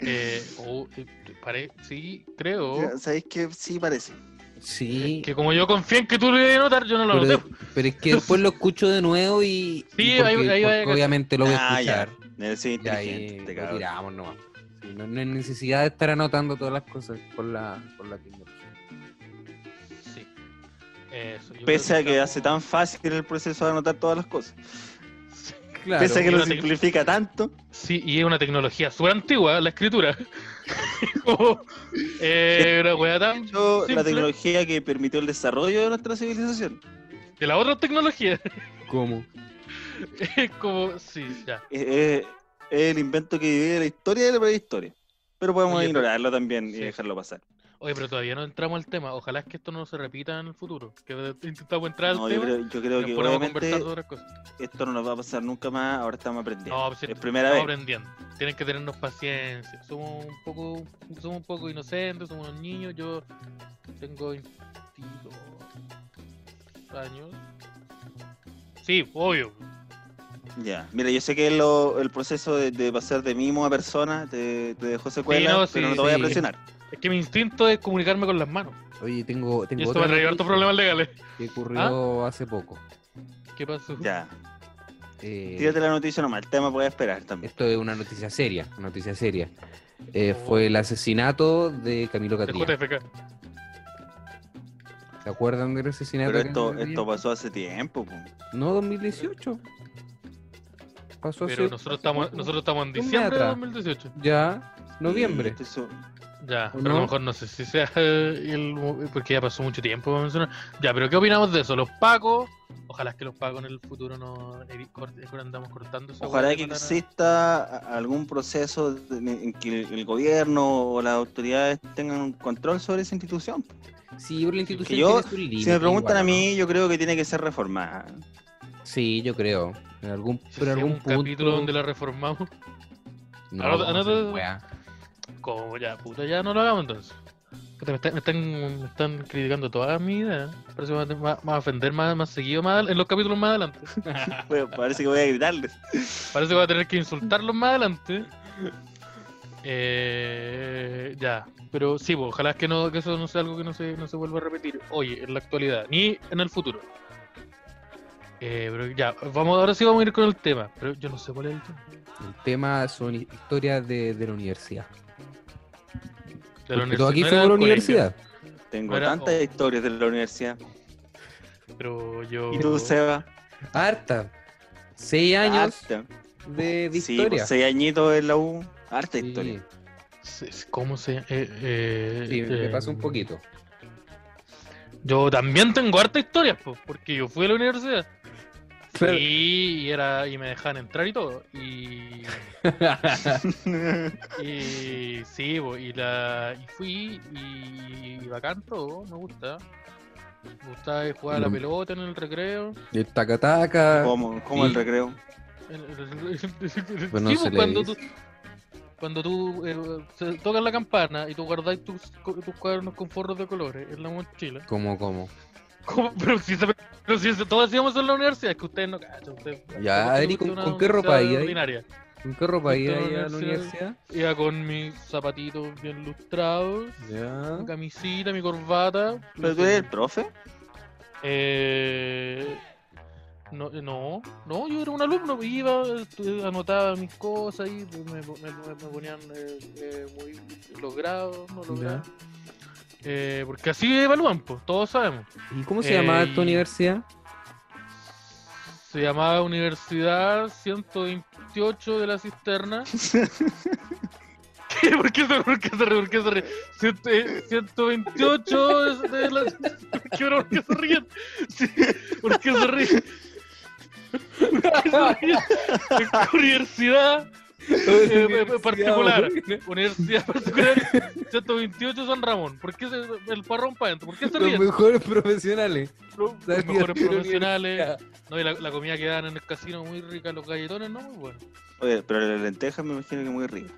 Speaker 2: Eh, oh, eh, pare- sí,
Speaker 1: ¿Oh?
Speaker 2: creo.
Speaker 3: ¿Sabéis que sí parece?
Speaker 1: Sí.
Speaker 2: Que como yo confío en que tú lo ibas a notar, yo no lo
Speaker 1: Pero,
Speaker 2: noté.
Speaker 1: pero es que después lo escucho de nuevo y,
Speaker 2: Sí,
Speaker 1: y porque-
Speaker 2: ahí- ahí va a
Speaker 1: porque
Speaker 2: llegar.
Speaker 1: obviamente lo voy a
Speaker 3: Ah, ya.
Speaker 1: escuchar.
Speaker 3: Eres sí
Speaker 1: Y
Speaker 3: inteligente,
Speaker 1: ahí
Speaker 3: te
Speaker 1: lo
Speaker 3: cago.
Speaker 1: tiramos nomás. Sí, no, no hay necesidad de estar anotando todas las cosas por la, por la tecnología.
Speaker 2: Sí. Eso, yo creo
Speaker 3: Pese a que
Speaker 2: estamos-
Speaker 3: hace tan fácil el proceso de anotar todas las cosas.
Speaker 1: Claro.
Speaker 3: Pese a que
Speaker 2: y
Speaker 3: lo
Speaker 2: la tec-
Speaker 3: simplifica tanto.
Speaker 2: Sí, y es una tecnología súper antigua, la escritura. Como, eh, una weá tan
Speaker 3: Yo,
Speaker 2: simple
Speaker 3: la tecnología que permitió el desarrollo de nuestra civilización.
Speaker 2: de la otra tecnología.
Speaker 1: ¿Cómo?
Speaker 2: Es como, sí, ya.
Speaker 3: Es, es- es el invento que divide la historia de la prehistoria. Pero podemos
Speaker 2: Oye, pero-
Speaker 3: ignorarlo también
Speaker 2: sí.
Speaker 3: y dejarlo pasar.
Speaker 2: Oye, pero todavía no entramos al tema. Ojalá es que esto no se repita en el futuro. Que intentamos entrar al
Speaker 3: No, yo
Speaker 2: tema
Speaker 3: creo, yo creo
Speaker 2: y nos
Speaker 3: que
Speaker 2: ponemos a
Speaker 3: obviamente
Speaker 2: conversar de otras cosas.
Speaker 3: esto no nos va a pasar nunca más. Ahora estamos aprendiendo.
Speaker 2: No, pues sí,
Speaker 3: es primera
Speaker 2: estamos
Speaker 3: vez.
Speaker 2: aprendiendo. Tienen que tenernos paciencia. Somos un poco, somos un poco inocentes, somos unos niños. Yo tengo 22 años. Sí, obvio.
Speaker 3: Ya, mira, yo sé que lo- el proceso de, de pasar de mimo a persona te, te dejó secuelas,
Speaker 2: no, sí,
Speaker 3: pero no te voy a
Speaker 1: sí.
Speaker 3: presionar.
Speaker 2: Es que mi instinto es comunicarme con las manos.
Speaker 1: Oye, tengo,
Speaker 2: Y
Speaker 1: tengo
Speaker 2: esto
Speaker 1: otra
Speaker 2: va a traer
Speaker 1: noticia
Speaker 2: hartos problemas legales.
Speaker 1: que
Speaker 2: ¿Ah?
Speaker 1: ocurrió hace poco.
Speaker 2: ¿Qué pasó?
Speaker 3: Ya,
Speaker 1: Eh,
Speaker 3: tírate la noticia nomás, el tema puede esperar también.
Speaker 1: Esto es una noticia seria, una noticia seria. Eh,
Speaker 2: Oh.
Speaker 1: fue el asesinato de Camilo
Speaker 2: El
Speaker 1: Catilla.
Speaker 2: JFK.
Speaker 1: ¿Se acuerdan del asesinato?
Speaker 3: Pero
Speaker 1: de
Speaker 3: esto,
Speaker 1: Camilo Catilla?
Speaker 3: esto pasó hace tiempo, po.
Speaker 1: No, 2018. Pasó
Speaker 2: Pero
Speaker 1: hace-
Speaker 2: nosotros
Speaker 1: hace
Speaker 2: estamos,
Speaker 1: poco.
Speaker 2: nosotros estamos en
Speaker 1: Un mes
Speaker 2: diciembre de
Speaker 1: atrás.
Speaker 2: 2018.
Speaker 1: Ya, noviembre.
Speaker 3: Y esto-
Speaker 2: Ya,
Speaker 1: ¿O
Speaker 2: pero a
Speaker 1: no?
Speaker 2: lo mejor no sé si sea eh, el, mo- porque ya pasó mucho tiempo para mencionar. Ya, pero ¿qué opinamos de eso? Los pacos, ojalá es que los pacos en el futuro no eri- cort- eh, andamos cortando esa
Speaker 3: Ojalá
Speaker 2: hueá
Speaker 3: que
Speaker 2: mataran a-
Speaker 3: exista a- algún proceso de- en que el el gobierno o las autoridades tengan un control sobre esa institución.
Speaker 1: Sí, pero la institución
Speaker 3: yo-
Speaker 1: tiene sus
Speaker 3: Si me
Speaker 1: límites
Speaker 3: preguntan
Speaker 1: igual,
Speaker 3: a
Speaker 1: ¿no?
Speaker 3: mí, yo creo que tiene que ser reformada.
Speaker 1: Sí, yo creo. En algún,
Speaker 2: Si
Speaker 1: pero en
Speaker 2: hacemos
Speaker 1: algún
Speaker 2: un
Speaker 1: punto.
Speaker 2: capítulo donde la Ah, reformamos.
Speaker 1: No,
Speaker 2: Anota-
Speaker 1: vamos a
Speaker 2: anota-
Speaker 1: hacer weá.
Speaker 2: Como ya, puta, ya no lo hagamos entonces. Puta, me, está- me están, me están criticando todas mis ideas. Parece que me van a- me van a ofender más, más seguido más, adel- en los capítulos más adelante.
Speaker 3: Bueno, Pues, parece que voy a gritarles.
Speaker 2: Parece que voy a tener que insultarlos más adelante. Eh, ya, pero sí, pues, ojalá que, no, que eso no sea algo que no se, no se vuelva a repetir hoy, en la actualidad, ni en el futuro. Eh, pero ya, vamos, ahora sí vamos a ir con el tema. Pero yo no sé cuál es el tema.
Speaker 1: El tema son hi- historias de, de la universidad.
Speaker 2: De la
Speaker 1: Porque todo aquí
Speaker 2: no
Speaker 1: fue
Speaker 2: era
Speaker 1: por la
Speaker 2: del colegio,
Speaker 1: universidad.
Speaker 3: Tengo
Speaker 2: Bueno,
Speaker 3: tantas
Speaker 2: o-
Speaker 3: historias de la universidad.
Speaker 2: Pero yo.
Speaker 3: ¿Y tú, Seba?
Speaker 1: Harta. Seis años
Speaker 3: Harta.
Speaker 1: de, de
Speaker 3: Sí,
Speaker 1: historia.
Speaker 3: pues, seis añitos en la U. Harta
Speaker 1: Sí,
Speaker 3: historia.
Speaker 2: Sí, sí, ¿Cómo se.? eh, eh,
Speaker 1: sí, me
Speaker 2: eh,
Speaker 1: pasa un poquito.
Speaker 2: Yo también tengo harta historias, po, porque yo fui a la universidad.
Speaker 1: Pero-
Speaker 2: Y, era, y me dejaban entrar y todo. Y. Y sí, bo, y la y fui y, y bacán todo, me gusta. Me gustaba jugar a la
Speaker 1: Mm.
Speaker 2: pelota en el recreo.
Speaker 1: El tacataca.
Speaker 3: ¿Cómo, cómo el
Speaker 1: Sí.
Speaker 3: recreo?
Speaker 2: en- en- en- sí,
Speaker 1: no
Speaker 2: bo,
Speaker 1: se le
Speaker 2: cuando tú,
Speaker 1: dice.
Speaker 2: cuando tú eh, se- tocas la campana y tú guardas tus, co- tus cuadernos con forros de colores en la mochila.
Speaker 1: ¿Cómo, cómo?
Speaker 2: ¿Cómo? Pero si, se- pero si se- todos hacíamos en la universidad, es que ustedes no cachan. ustedes-
Speaker 1: Ya,
Speaker 2: porque
Speaker 1: Adri,
Speaker 2: fuiste
Speaker 1: ¿con-
Speaker 2: a una
Speaker 1: con qué ropa
Speaker 2: universidad
Speaker 1: iba ahí?
Speaker 2: ordinaria.
Speaker 1: ¿Con qué ropa
Speaker 2: Yo
Speaker 1: iba
Speaker 2: estaba en
Speaker 1: ahí a la
Speaker 2: la
Speaker 1: universidad?
Speaker 2: Iba con mis zapatitos bien lustrados, mi
Speaker 1: Ya.
Speaker 2: camisita, mi corbata.
Speaker 3: ¿Pero tú eres el profe?
Speaker 2: Eh, no, eh, no, no, yo era un alumno, iba, estu- anotaba mis cosas y pues me, me- me- me ponían eh, eh, muy los grados, no los
Speaker 1: Ya.
Speaker 2: grados. Eh, porque así evalúan, pues, todos sabemos.
Speaker 1: ¿Y cómo se
Speaker 2: Eh,
Speaker 1: llamaba tu
Speaker 2: y-
Speaker 1: universidad?
Speaker 2: Se llamaba Universidad 128 de la Cisterna. ¿Qué? ¿Por qué se ríe? ¿Por qué se ríe? ¿Por qué se ríe? Ciento- eh, 128 de la... ¿Por qué, bro? ¿Por qué se ríen? Sí, ¿Por qué se ríen? ¿Por qué se ríen? Universidad, eh, eh, particular. Universidad Particular 128 San Ramón. ¿Por qué se- el parrón para adentro? ¿Por qué se
Speaker 1: Los
Speaker 2: ríen?
Speaker 1: mejores profesionales.
Speaker 2: Los los
Speaker 1: Salieron
Speaker 2: mejores
Speaker 1: de la
Speaker 2: profesionales.
Speaker 1: universidad.
Speaker 2: No, y la, la comida que dan en el casino muy rica, los galletones, ¿no? Muy bueno.
Speaker 3: Oye, pero la lenteja me imagino que muy rica.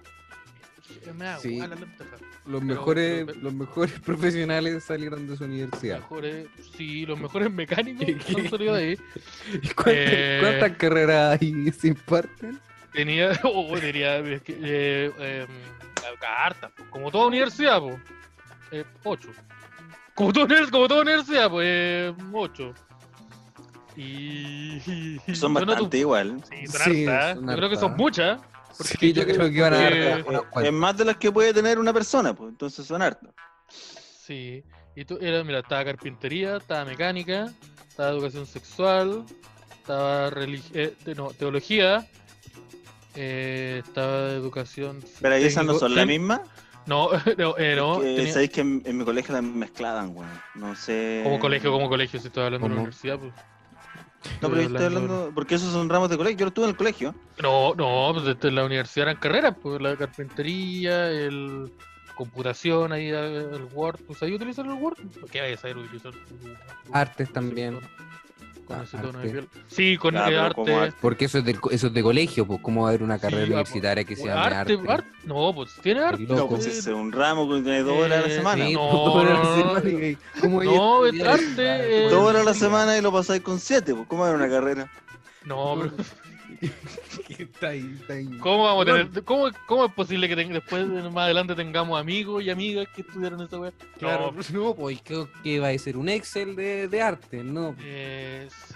Speaker 2: Eh, Me da
Speaker 1: Sí.
Speaker 2: igual la lenteja.
Speaker 1: Los
Speaker 2: Pero-
Speaker 1: mejores,
Speaker 2: pero-
Speaker 1: los mejores profesionales salieron de su universidad.
Speaker 2: Mejores, eh, sí, los mejores mecánicos
Speaker 1: ¿Qué?
Speaker 2: han salido de ahí.
Speaker 1: ¿Y cuántas,
Speaker 2: Eh,
Speaker 1: cuántas carreras hay se imparten?
Speaker 2: Tenía, oh, tenía es que, eh, eh, cartas, pues, como toda universidad, pues. Eh, ocho. Como toda, univers- como toda universidad, pues, eh, ocho. Y.
Speaker 3: Son
Speaker 2: bueno, tú-
Speaker 3: bastante igual.
Speaker 2: Sí, son
Speaker 1: Sí,
Speaker 2: hartas. ¿eh?
Speaker 1: son
Speaker 2: Yo creo que
Speaker 1: hartas.
Speaker 2: son muchas. porque
Speaker 1: Sí, yo
Speaker 2: yo-
Speaker 1: creo que van a
Speaker 2: porque-
Speaker 1: dar
Speaker 3: Eh, es más de las que puede tener una persona, pues entonces son hartas.
Speaker 2: Sí, y tú, era, mira, estaba carpintería, estaba mecánica, estaba educación sexual, estaba religi- eh, te- no, teología, eh, estaba educación.
Speaker 3: Pero ahí esas no
Speaker 2: técnico-
Speaker 3: son las
Speaker 2: tec-
Speaker 3: mismas.
Speaker 2: No, no, eh, no,
Speaker 3: Es que,
Speaker 2: tenía-
Speaker 3: Sabéis que en, en mi colegio las mezclaban, weón. No sé.
Speaker 2: como colegio, como colegio, si estoy hablando de la
Speaker 1: ¿Cómo?
Speaker 2: universidad, pues.
Speaker 3: No, pero yo
Speaker 2: Estoy
Speaker 3: estoy hablando. Porque esos son ramos de colegio. Yo lo tuve en el colegio.
Speaker 2: No, no, pues este, en la universidad eran carreras, pues la carpintería, el computación, ahí eh, el Word, pues ahí utilizan el Word, ¿por qué vayas a saber utilizar?
Speaker 1: Artes también.
Speaker 2: Con
Speaker 1: Ah,
Speaker 2: ese tono de
Speaker 1: arte.
Speaker 2: piel. Sí, con
Speaker 3: Ya,
Speaker 2: el
Speaker 3: pero como
Speaker 2: arte.
Speaker 3: arte.
Speaker 1: Porque eso es, del, co- eso es de colegio, pues cómo va a haber una
Speaker 2: Sí,
Speaker 1: carrera
Speaker 2: ah, pues,
Speaker 1: universitaria que se
Speaker 2: Bueno,
Speaker 1: llame arte.
Speaker 2: arte, arte. No, pues tiene arte.
Speaker 1: loco.
Speaker 3: No, pues
Speaker 2: eh,
Speaker 3: es un ramo que tiene dos horas a la
Speaker 2: eh,
Speaker 3: semana.
Speaker 1: Sí,
Speaker 2: no,
Speaker 1: pues,
Speaker 2: no,
Speaker 1: horas
Speaker 2: no,
Speaker 1: a la semana y- ¿cómo hay
Speaker 2: no, es
Speaker 1: estudiar?
Speaker 2: arte, eh,
Speaker 3: pues, Dos horas a la semana y lo pasáis con siete, pues. ¿Cómo era una carrera?
Speaker 2: No, pero
Speaker 1: está ahí, está ahí.
Speaker 2: ¿Cómo vamos a tener, cómo, cómo es posible que ten- después más adelante tengamos amigos y amigas que estudiaron esa weá?
Speaker 1: Claro,
Speaker 2: No,
Speaker 1: no, pues creo que va a ser un Excel de, de arte, no.
Speaker 2: es- pues,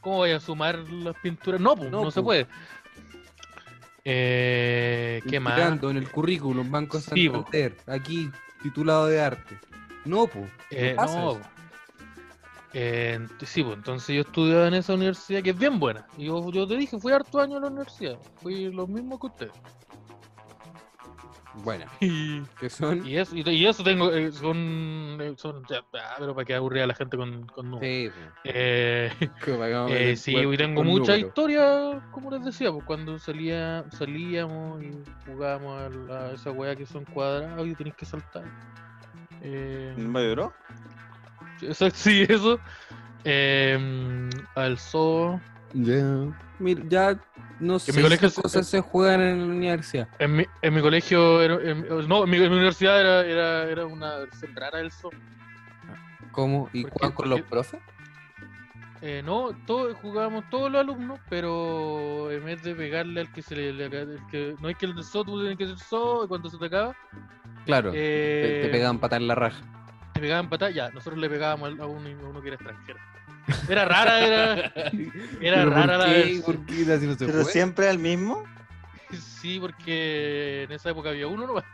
Speaker 2: ¿Cómo vaya a sumar las pinturas? No, pues,
Speaker 1: No,
Speaker 2: no, se
Speaker 1: pues.
Speaker 2: puede. Eh, ¿Qué más?
Speaker 1: Tirando en el currículum, Banco
Speaker 2: Sí, po.
Speaker 1: Santander, aquí titulado de arte. No, pues.
Speaker 2: Eh,
Speaker 1: pasa
Speaker 2: no.
Speaker 1: eso.
Speaker 2: Eh, ent- sí, pues entonces yo estudiaba en esa universidad que es bien buena. Y yo, yo te dije, fui harto año a la universidad. Fui lo mismo que usted.
Speaker 1: Bueno,
Speaker 2: Y,
Speaker 1: que son.
Speaker 2: y eso, y, y eso tengo. eh, son. eh, son ya, ah, pero para que aburrida la gente con, con números.
Speaker 1: Sí, po.
Speaker 2: Eh,
Speaker 1: pues, Como acabamos de
Speaker 2: Eh,
Speaker 1: ver,
Speaker 2: sí,
Speaker 1: cuerpo
Speaker 2: y tengo
Speaker 1: con
Speaker 2: mucha
Speaker 1: número.
Speaker 2: historia, como les decía, pues cuando salía, salíamos y jugábamos a, la- a esa weá que son cuadrados y tenés que saltar. Eh,
Speaker 1: Mm.
Speaker 3: ¿Me vibró?
Speaker 2: eso- sí, eso. Eh, al zoo.
Speaker 1: Ya. Mira, ya no sé
Speaker 2: mi colegio
Speaker 1: esas
Speaker 2: se-
Speaker 1: cosas se juegan en la universidad.
Speaker 2: En mi, en mi colegio, era- en- no, en mi, en mi universidad era, era, era una versión rara del zoo.
Speaker 1: ¿Cómo? ¿Y
Speaker 2: ¿Por qué?
Speaker 1: juegan con
Speaker 2: ¿Por
Speaker 1: los
Speaker 2: qué?
Speaker 1: profes?
Speaker 2: Eh, no, todo, jugábamos todos los alumnos, pero en vez de pegarle al que se le, le acá- el que, no es que el zoo, tú tienes que ser zoo, y cuando se te acaba,
Speaker 1: Claro, te-
Speaker 2: eh,
Speaker 1: te pegaban patar la raja.
Speaker 2: Le pegaban patadas, ya, nosotros le pegábamos al- a uno, a uno que era extranjero. Era rara, era, era
Speaker 1: ¿Pero por
Speaker 2: rara la
Speaker 1: qué?
Speaker 2: versión.
Speaker 1: ¿Por qué así no se
Speaker 3: ¿Pero
Speaker 1: juega?
Speaker 3: siempre al mismo?
Speaker 2: Sí, porque en esa época había uno nomás.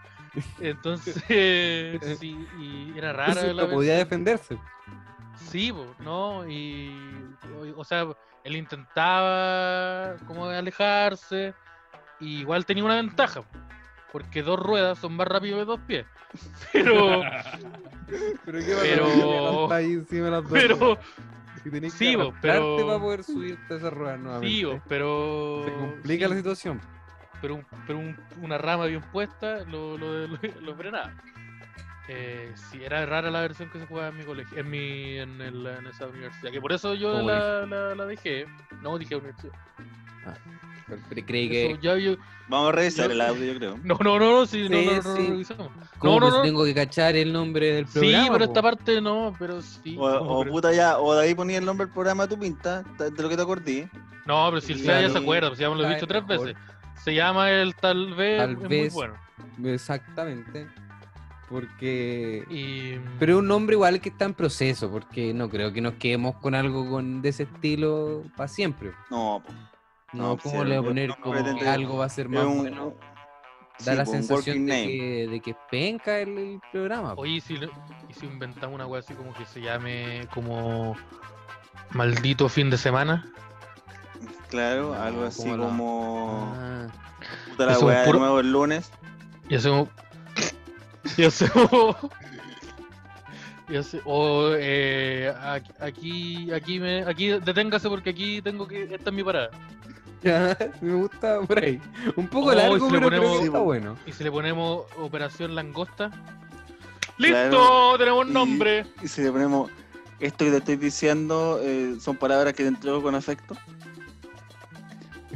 Speaker 2: Entonces, sí, y era rara
Speaker 1: Entonces
Speaker 2: la
Speaker 1: no podía
Speaker 2: versión.
Speaker 1: defenderse.
Speaker 2: Sí, po, ¿no? Y, o, o sea, él intentaba como alejarse, y igual tenía una ventaja, po, porque dos ruedas son más rápidos que dos pies. Pero,
Speaker 1: Pero qué
Speaker 2: Pero-
Speaker 1: ahí encima de las dos
Speaker 2: pero,
Speaker 1: ruedas? Si tenés
Speaker 2: sí,
Speaker 1: que
Speaker 2: bo,
Speaker 1: arrastrarte
Speaker 2: pero-
Speaker 1: para poder subirte a esa rueda nuevamente.
Speaker 2: sí, po, pero...
Speaker 1: se complica la
Speaker 2: sí,
Speaker 1: situación.
Speaker 2: pero, un- pero un- una rama bien puesta lo, lo, lo, lo frenaba. Eh, sí, era rara la versión que se jugaba en mi colegio, en, mi, en, el- en esa universidad, que por eso yo
Speaker 1: ¿Cómo
Speaker 2: la, la, la dejé. No dije universidad.
Speaker 1: Pero- pero creí
Speaker 2: Eso
Speaker 1: que.
Speaker 2: ya yo-
Speaker 3: Vamos a revisar
Speaker 2: Yo-
Speaker 3: el audio, yo creo.
Speaker 2: no, no, no, no, sí, no,
Speaker 1: Sí,
Speaker 2: no, no, no,
Speaker 1: sí.
Speaker 2: revisamos.
Speaker 1: ¿Cómo
Speaker 2: no,
Speaker 1: que
Speaker 2: no.
Speaker 1: tengo que cachar el nombre del
Speaker 2: Sí,
Speaker 1: programa?
Speaker 2: pero
Speaker 1: po?
Speaker 2: esta parte no, pero sí.
Speaker 3: O, o
Speaker 2: pero-
Speaker 3: puta ya, o de ahí ponía el nombre del programa a tu pinta, ta- de lo que te acordé.
Speaker 2: no, pero si el Fla ya se
Speaker 3: Claro.
Speaker 2: acuerda, pues ya me lo he
Speaker 1: Ay,
Speaker 2: dicho tres
Speaker 1: mejor.
Speaker 2: veces. Se llama el tal vez,
Speaker 1: Tal
Speaker 2: es
Speaker 1: vez.
Speaker 2: muy bueno.
Speaker 1: Exactamente. Porque.
Speaker 2: Y,
Speaker 1: Pero es un nombre igual que está en proceso, porque no creo que nos quedemos con algo con, de ese estilo para siempre.
Speaker 3: No, pues, po.
Speaker 1: No,
Speaker 3: No,
Speaker 1: ¿cómo le
Speaker 3: sí,
Speaker 1: voy a
Speaker 3: yo
Speaker 1: poner
Speaker 3: no
Speaker 1: como
Speaker 3: pretendo-
Speaker 1: que algo va a ser más
Speaker 3: es un,
Speaker 1: bueno?
Speaker 3: sí,
Speaker 1: Da la
Speaker 3: po, un
Speaker 1: sensación
Speaker 3: working
Speaker 1: de
Speaker 3: name.
Speaker 1: que, de que es penca el, el programa. po.
Speaker 2: Oye, ¿y si, lo- y si inventamos una wea así como que se llame como maldito fin de semana?
Speaker 3: Claro,
Speaker 1: No,
Speaker 2: Ah,
Speaker 3: algo así
Speaker 1: ¿cómo no?
Speaker 3: como
Speaker 1: Ah,
Speaker 3: puta la
Speaker 2: Eso es un
Speaker 3: weá de
Speaker 2: puro-
Speaker 3: nuevo el lunes.
Speaker 2: Y hacemos. Y hacemos. Y hace- o eh, aquí- aquí, aquí me, aquí deténgase porque aquí tengo que, esta es mi parada.
Speaker 1: ya, me gusta por ahí. Un poco
Speaker 2: Oh,
Speaker 1: largo,
Speaker 2: y si le
Speaker 1: pero creo
Speaker 2: ponemos-
Speaker 1: que está bueno.
Speaker 2: Y si le ponemos Operación Langosta.
Speaker 3: Claro.
Speaker 2: ¡Listo! Tenemos
Speaker 3: Y-
Speaker 2: nombre.
Speaker 3: Y si le ponemos esto que te estoy diciendo, eh, son palabras que te entrego con afecto.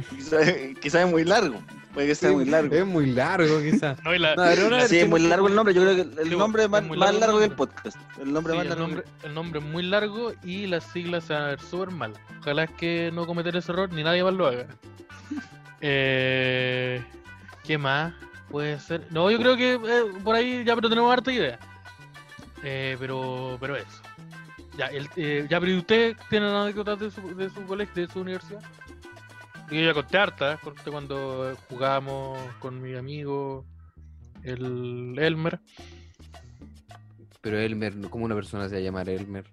Speaker 3: Quizás quizá es muy largo, puede que sea muy largo.
Speaker 1: Es muy largo, quizás.
Speaker 2: No, y la-
Speaker 1: No, pero una-
Speaker 3: Sí, es muy largo el nombre, yo creo que
Speaker 2: Sí,
Speaker 3: el nombre es más,
Speaker 2: es muy
Speaker 3: más
Speaker 2: largo el
Speaker 3: largo que el
Speaker 2: nombre.
Speaker 3: podcast. El nombre
Speaker 2: Sí,
Speaker 3: más
Speaker 2: el,
Speaker 3: largo.
Speaker 2: nombre, el nombre es muy largo y las siglas se van a ver súper mal. Ojalá es que no cometer ese error ni nadie más lo haga. Eh, ¿Qué más puede ser? No, yo creo que eh, por ahí ya pero tenemos harta idea. Eh, pero, pero eso. Ya, el, eh, ya, pero ¿y usted tiene anécdotas de su, de su colegio, de su universidad? Yo ya conté harta, ¿eh? conté cuando jugábamos con mi amigo el Elmer,
Speaker 1: Pero Elmer, ¿cómo una persona se va a llamar Elmer?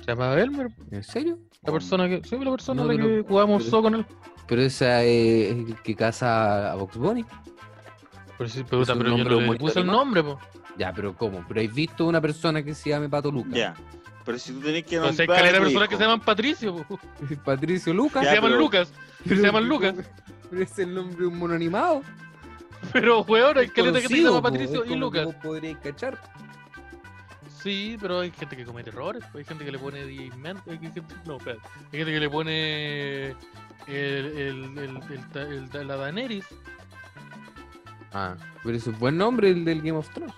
Speaker 2: se llamaba Elmer,
Speaker 1: ¿En serio?
Speaker 2: La persona que. Sí, la persona
Speaker 1: No,
Speaker 2: de
Speaker 1: pero-
Speaker 2: que jugamos
Speaker 1: pero-
Speaker 2: zoo con él.
Speaker 1: Pero esa es el que casa a Box Bunny.
Speaker 2: Pero sí, pero,
Speaker 1: Es un
Speaker 2: pero yo
Speaker 1: nombre
Speaker 2: no le
Speaker 1: humorista
Speaker 2: puse el
Speaker 1: animado.
Speaker 2: nombre, po.
Speaker 1: Ya, pero ¿cómo? ¿Pero habéis visto una persona que se llame Pato Lucas?
Speaker 3: Ya. Pero si tú tenés que
Speaker 2: Entonces,
Speaker 3: nombrar
Speaker 2: que
Speaker 3: a
Speaker 2: era
Speaker 3: tu
Speaker 2: personas
Speaker 3: hijo.
Speaker 2: que se llaman Patricio, po. Se
Speaker 1: Patricio Lucas.
Speaker 3: Ya,
Speaker 2: llaman
Speaker 3: pero-
Speaker 2: Lucas,
Speaker 1: Pero-
Speaker 2: se llaman Lucas.
Speaker 1: Pero es el nombre de un mono animado.
Speaker 2: pero weón, hay
Speaker 1: Es
Speaker 2: caleta que se
Speaker 1: conocido,
Speaker 2: llama
Speaker 1: po,
Speaker 2: Patricio
Speaker 1: es como
Speaker 2: y
Speaker 1: que
Speaker 2: Lucas.
Speaker 1: Vos podríais cachar.
Speaker 2: Sí, pero hay gente que comete errores, po. hay gente que le pone diamante, hay gente, no, espérate. Hay gente que le pone el, el, el, el ta- el ta- la Daenerys.
Speaker 1: Ah, pero ese es buen nombre el del Game of Thrones.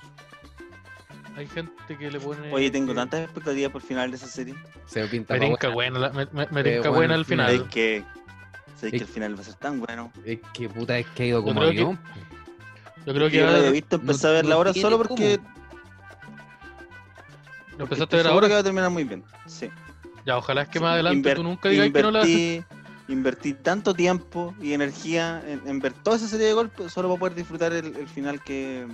Speaker 2: Hay gente que le pone.
Speaker 3: Oye, tengo tantas expectativas por el final de esa serie.
Speaker 1: Se me pinta
Speaker 2: Me
Speaker 1: pa'
Speaker 2: tinca
Speaker 1: buena.
Speaker 2: buena, la- me, me, me
Speaker 1: Eh,
Speaker 2: tinca
Speaker 1: bueno,
Speaker 2: buena
Speaker 1: al
Speaker 2: al
Speaker 1: final.
Speaker 2: final.
Speaker 3: Es que. Sabéis que el final va a ser tan bueno.
Speaker 1: Es que puta, es que ha ido
Speaker 2: Yo
Speaker 1: como
Speaker 2: creo que-
Speaker 1: avión.
Speaker 2: Yo creo que
Speaker 3: Yo lo había
Speaker 2: ahora
Speaker 3: visto, empecé
Speaker 1: no-
Speaker 3: a verla
Speaker 1: no
Speaker 3: ahora
Speaker 1: tiene
Speaker 3: solo porque.
Speaker 2: lo
Speaker 3: porque
Speaker 2: empezaste a
Speaker 3: estoy
Speaker 2: ver
Speaker 3: seguro
Speaker 2: ahora.
Speaker 3: que va a terminar muy bien. Sí.
Speaker 2: Ya, ojalá es que
Speaker 3: Sí,
Speaker 2: más adelante
Speaker 3: inver-
Speaker 2: tú nunca digas que no la haces.
Speaker 3: invertí, invertí tanto tiempo y energía en, en ver toda esa serie de golpes solo para poder disfrutar el, el final que,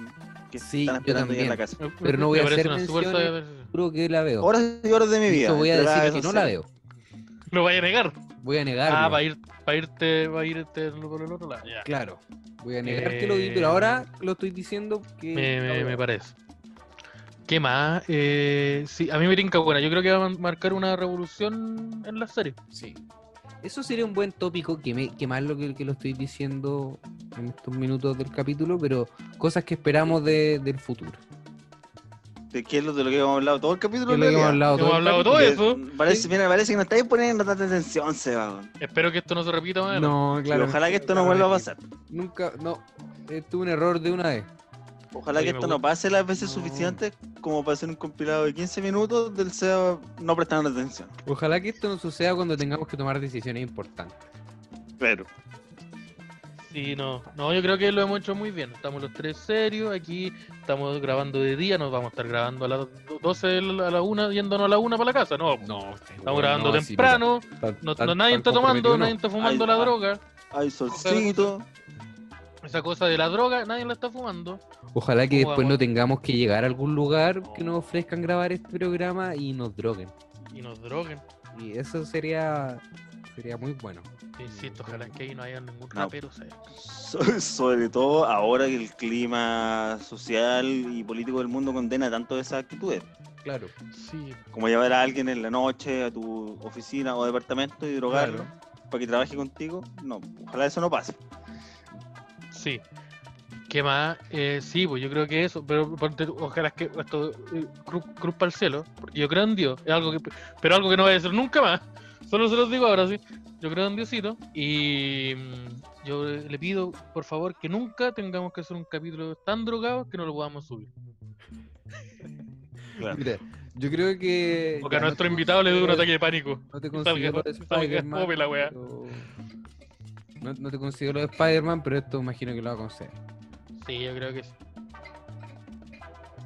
Speaker 3: que
Speaker 1: Sí,
Speaker 3: están
Speaker 1: yo
Speaker 3: esperando ya en la
Speaker 1: también.
Speaker 3: casa.
Speaker 2: Me-
Speaker 1: Pero no
Speaker 2: me
Speaker 1: voy a
Speaker 2: parece
Speaker 1: hacer
Speaker 2: una super
Speaker 1: menciones.
Speaker 2: saga-
Speaker 1: Juro que la veo.
Speaker 3: Horas y horas de mi vida.
Speaker 1: Eso voy a
Speaker 3: entregada
Speaker 1: decir
Speaker 3: a
Speaker 1: que no
Speaker 3: esas
Speaker 1: la
Speaker 3: series.
Speaker 1: veo.
Speaker 2: Lo vaya a negar.
Speaker 1: Voy a negar.
Speaker 2: Ah, va a ir, va a irte, va a irte por el otro lado. Ya.
Speaker 1: Claro. Voy a negar que lo vi, pero
Speaker 2: Eh,
Speaker 1: ahora lo estoy diciendo que.
Speaker 2: Me, me-
Speaker 1: ahora-
Speaker 2: me parece. ¿Qué más? Eh, sí, a mí me tinca buena. Yo creo que va a marcar una revolución en la serie.
Speaker 1: Sí. Eso sería un buen tópico, que, me, que más lo que, que lo estoy diciendo en estos minutos del capítulo, pero cosas que esperamos de- del futuro.
Speaker 3: ¿De qué es lo de lo que hemos hablado todo el
Speaker 1: Que
Speaker 3: capítulo?
Speaker 1: es lo que
Speaker 3: en
Speaker 1: hemos
Speaker 3: realidad?
Speaker 1: hablado
Speaker 2: Hemos
Speaker 1: todo el
Speaker 2: hablado todo
Speaker 1: capítulo.
Speaker 3: Porque
Speaker 2: eso.
Speaker 3: Parece, mira, parece que no estáis poniendo tanta atención, Seba. weón.
Speaker 2: Espero que esto no se repita. bueno.
Speaker 1: No, claro.
Speaker 3: Y ojalá que esto no vuelva a pasar.
Speaker 1: Nunca, no. Estuvo un error de una vez.
Speaker 3: Ojalá
Speaker 2: Oye,
Speaker 3: que
Speaker 2: me
Speaker 3: esto no
Speaker 2: gusta.
Speaker 3: pase las veces
Speaker 1: No.
Speaker 3: suficientes como para hacer un compilado de 15 minutos del Seba no prestando atención.
Speaker 1: Ojalá que esto no suceda cuando tengamos que tomar decisiones importantes.
Speaker 3: Pero.
Speaker 2: Sí, no. No, yo creo que lo hemos hecho muy bien. Estamos los tres serios. Aquí estamos grabando de día. Nos vamos a estar grabando a las 12, de la- a la 1, yéndonos a la 1 para la casa. No,
Speaker 1: No,
Speaker 2: estamos grabando temprano. no, no- nadie está tomando, nadie está fumando
Speaker 3: Ay,
Speaker 2: la
Speaker 3: ah.
Speaker 2: droga.
Speaker 3: Hay solcito.
Speaker 2: Esa cosa de la droga, nadie la está fumando.
Speaker 1: Ojalá que
Speaker 2: Ojo,
Speaker 1: después
Speaker 2: vamos.
Speaker 1: no tengamos que llegar a algún lugar que nos ofrezcan grabar este programa y nos droguen.
Speaker 2: Y nos droguen.
Speaker 1: Y eso sería sería muy bueno.
Speaker 2: Insisto, ojalá que ahí no haya ningún rapero. o sea.
Speaker 3: So- sobre todo ahora que el clima social y político del mundo condena tanto esas actitudes.
Speaker 1: Claro.
Speaker 2: Sí,
Speaker 3: Como llevar a alguien en la noche a tu oficina o departamento y drogarlo para que trabaje contigo. No, ojalá eso no pase.
Speaker 2: sí. ¿Qué más? Eh, sí, pues yo creo que eso, pero ponte tú, ojalá es que esto eh, cruz, cruz para el cielo, porque yo creo en Dios, es algo que, pero algo que no voy a decir nunca más, solo se los digo ahora sí, yo creo en Diosito y mm, yo le pido por favor que nunca tengamos que hacer un capítulo tan drogado que no lo podamos subir,
Speaker 1: Mira, yo creo que.
Speaker 2: porque a
Speaker 1: ya, no
Speaker 2: nuestro
Speaker 1: te
Speaker 2: invitado le dé un
Speaker 1: considero-
Speaker 2: ataque de pánico.
Speaker 1: No te
Speaker 2: que salga-
Speaker 1: considero de
Speaker 2: que salga
Speaker 1: Spider-Man.
Speaker 2: fome la wea.
Speaker 1: pero- No, no te considero de Spider-Man, pero esto imagino que lo va a conseguir.
Speaker 2: Sí, yo creo que sí.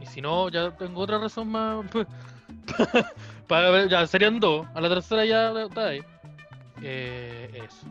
Speaker 2: Y si no, ya tengo otra razón más. para ver, ya serían dos. A la tercera ya está ahí. Eh, eso.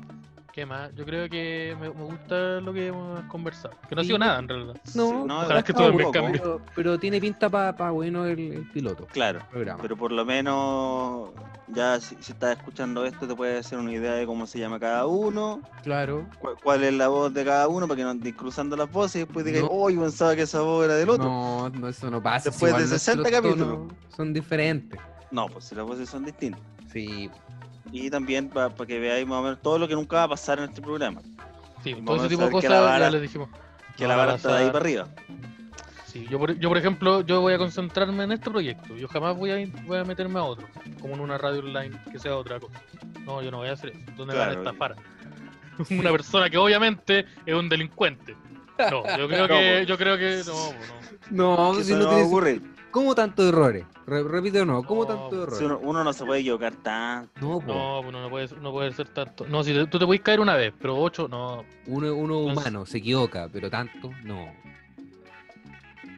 Speaker 2: ¿Qué más? Yo creo que me, me gusta lo que hemos conversado. Que no ha
Speaker 1: Sí.
Speaker 2: sido nada en realidad.
Speaker 1: No,
Speaker 2: ojalá que
Speaker 3: está
Speaker 2: todo
Speaker 3: un
Speaker 2: me
Speaker 3: poco,
Speaker 2: cambie.
Speaker 1: Pero, pero tiene pinta para bueno el, el piloto.
Speaker 3: Claro,
Speaker 1: el programa.
Speaker 3: pero por lo menos ya si, si estás escuchando esto te puedes hacer una idea de cómo se llama cada uno,
Speaker 1: claro.
Speaker 3: cu- cuál es la voz de cada uno para que no andes cruzando las voces y después digas,
Speaker 1: No.
Speaker 3: oh, yo pensaba que esa voz era del otro.
Speaker 1: No, no, eso no pasa.
Speaker 3: Después
Speaker 1: igual
Speaker 3: de
Speaker 1: los
Speaker 3: 60
Speaker 1: pilotos
Speaker 3: capítulos.
Speaker 1: no- son diferentes.
Speaker 3: No, pues si las voces son distintas.
Speaker 1: Sí,
Speaker 3: Y también para que veáis más o menos todo lo que nunca va a pasar en este programa.
Speaker 2: Sí,
Speaker 3: vamos
Speaker 2: todo ese
Speaker 3: a
Speaker 2: tipo de
Speaker 3: saber que
Speaker 2: cosas
Speaker 3: la
Speaker 2: ya
Speaker 3: vara-
Speaker 2: les dijimos.
Speaker 3: Que
Speaker 2: No
Speaker 1: Ah,
Speaker 3: la
Speaker 2: va a
Speaker 3: vara está de ahí
Speaker 2: pasar.
Speaker 3: para arriba.
Speaker 2: Sí, yo, por, yo, por ejemplo, yo voy a concentrarme en este proyecto. Yo jamás voy a, voy a meterme a otro. Como en una radio online que sea otra cosa. No, yo no voy a hacer eso. ¿Dónde
Speaker 3: Claro,
Speaker 2: van a estafar? Una persona que obviamente es un delincuente. No, yo creo
Speaker 3: No,
Speaker 2: que.
Speaker 3: pues.
Speaker 2: Yo creo que. No, pues, no.
Speaker 1: No,
Speaker 3: Que
Speaker 1: si
Speaker 3: eso
Speaker 1: no
Speaker 3: no va a
Speaker 1: tienes-
Speaker 3: ocurrir.
Speaker 1: ¿Cómo tantos errores? Re- repito, no, ¿cómo
Speaker 2: No,
Speaker 1: tantos errores?
Speaker 3: Si uno, uno no se puede equivocar tanto.
Speaker 1: No, po,
Speaker 2: No, pues, no, no puede, ser- no puede ser tanto. No, si te- tú te puedes caer una vez, pero ocho, no.
Speaker 1: uno, uno
Speaker 2: Entonces-
Speaker 1: humano se equivoca, pero tanto no.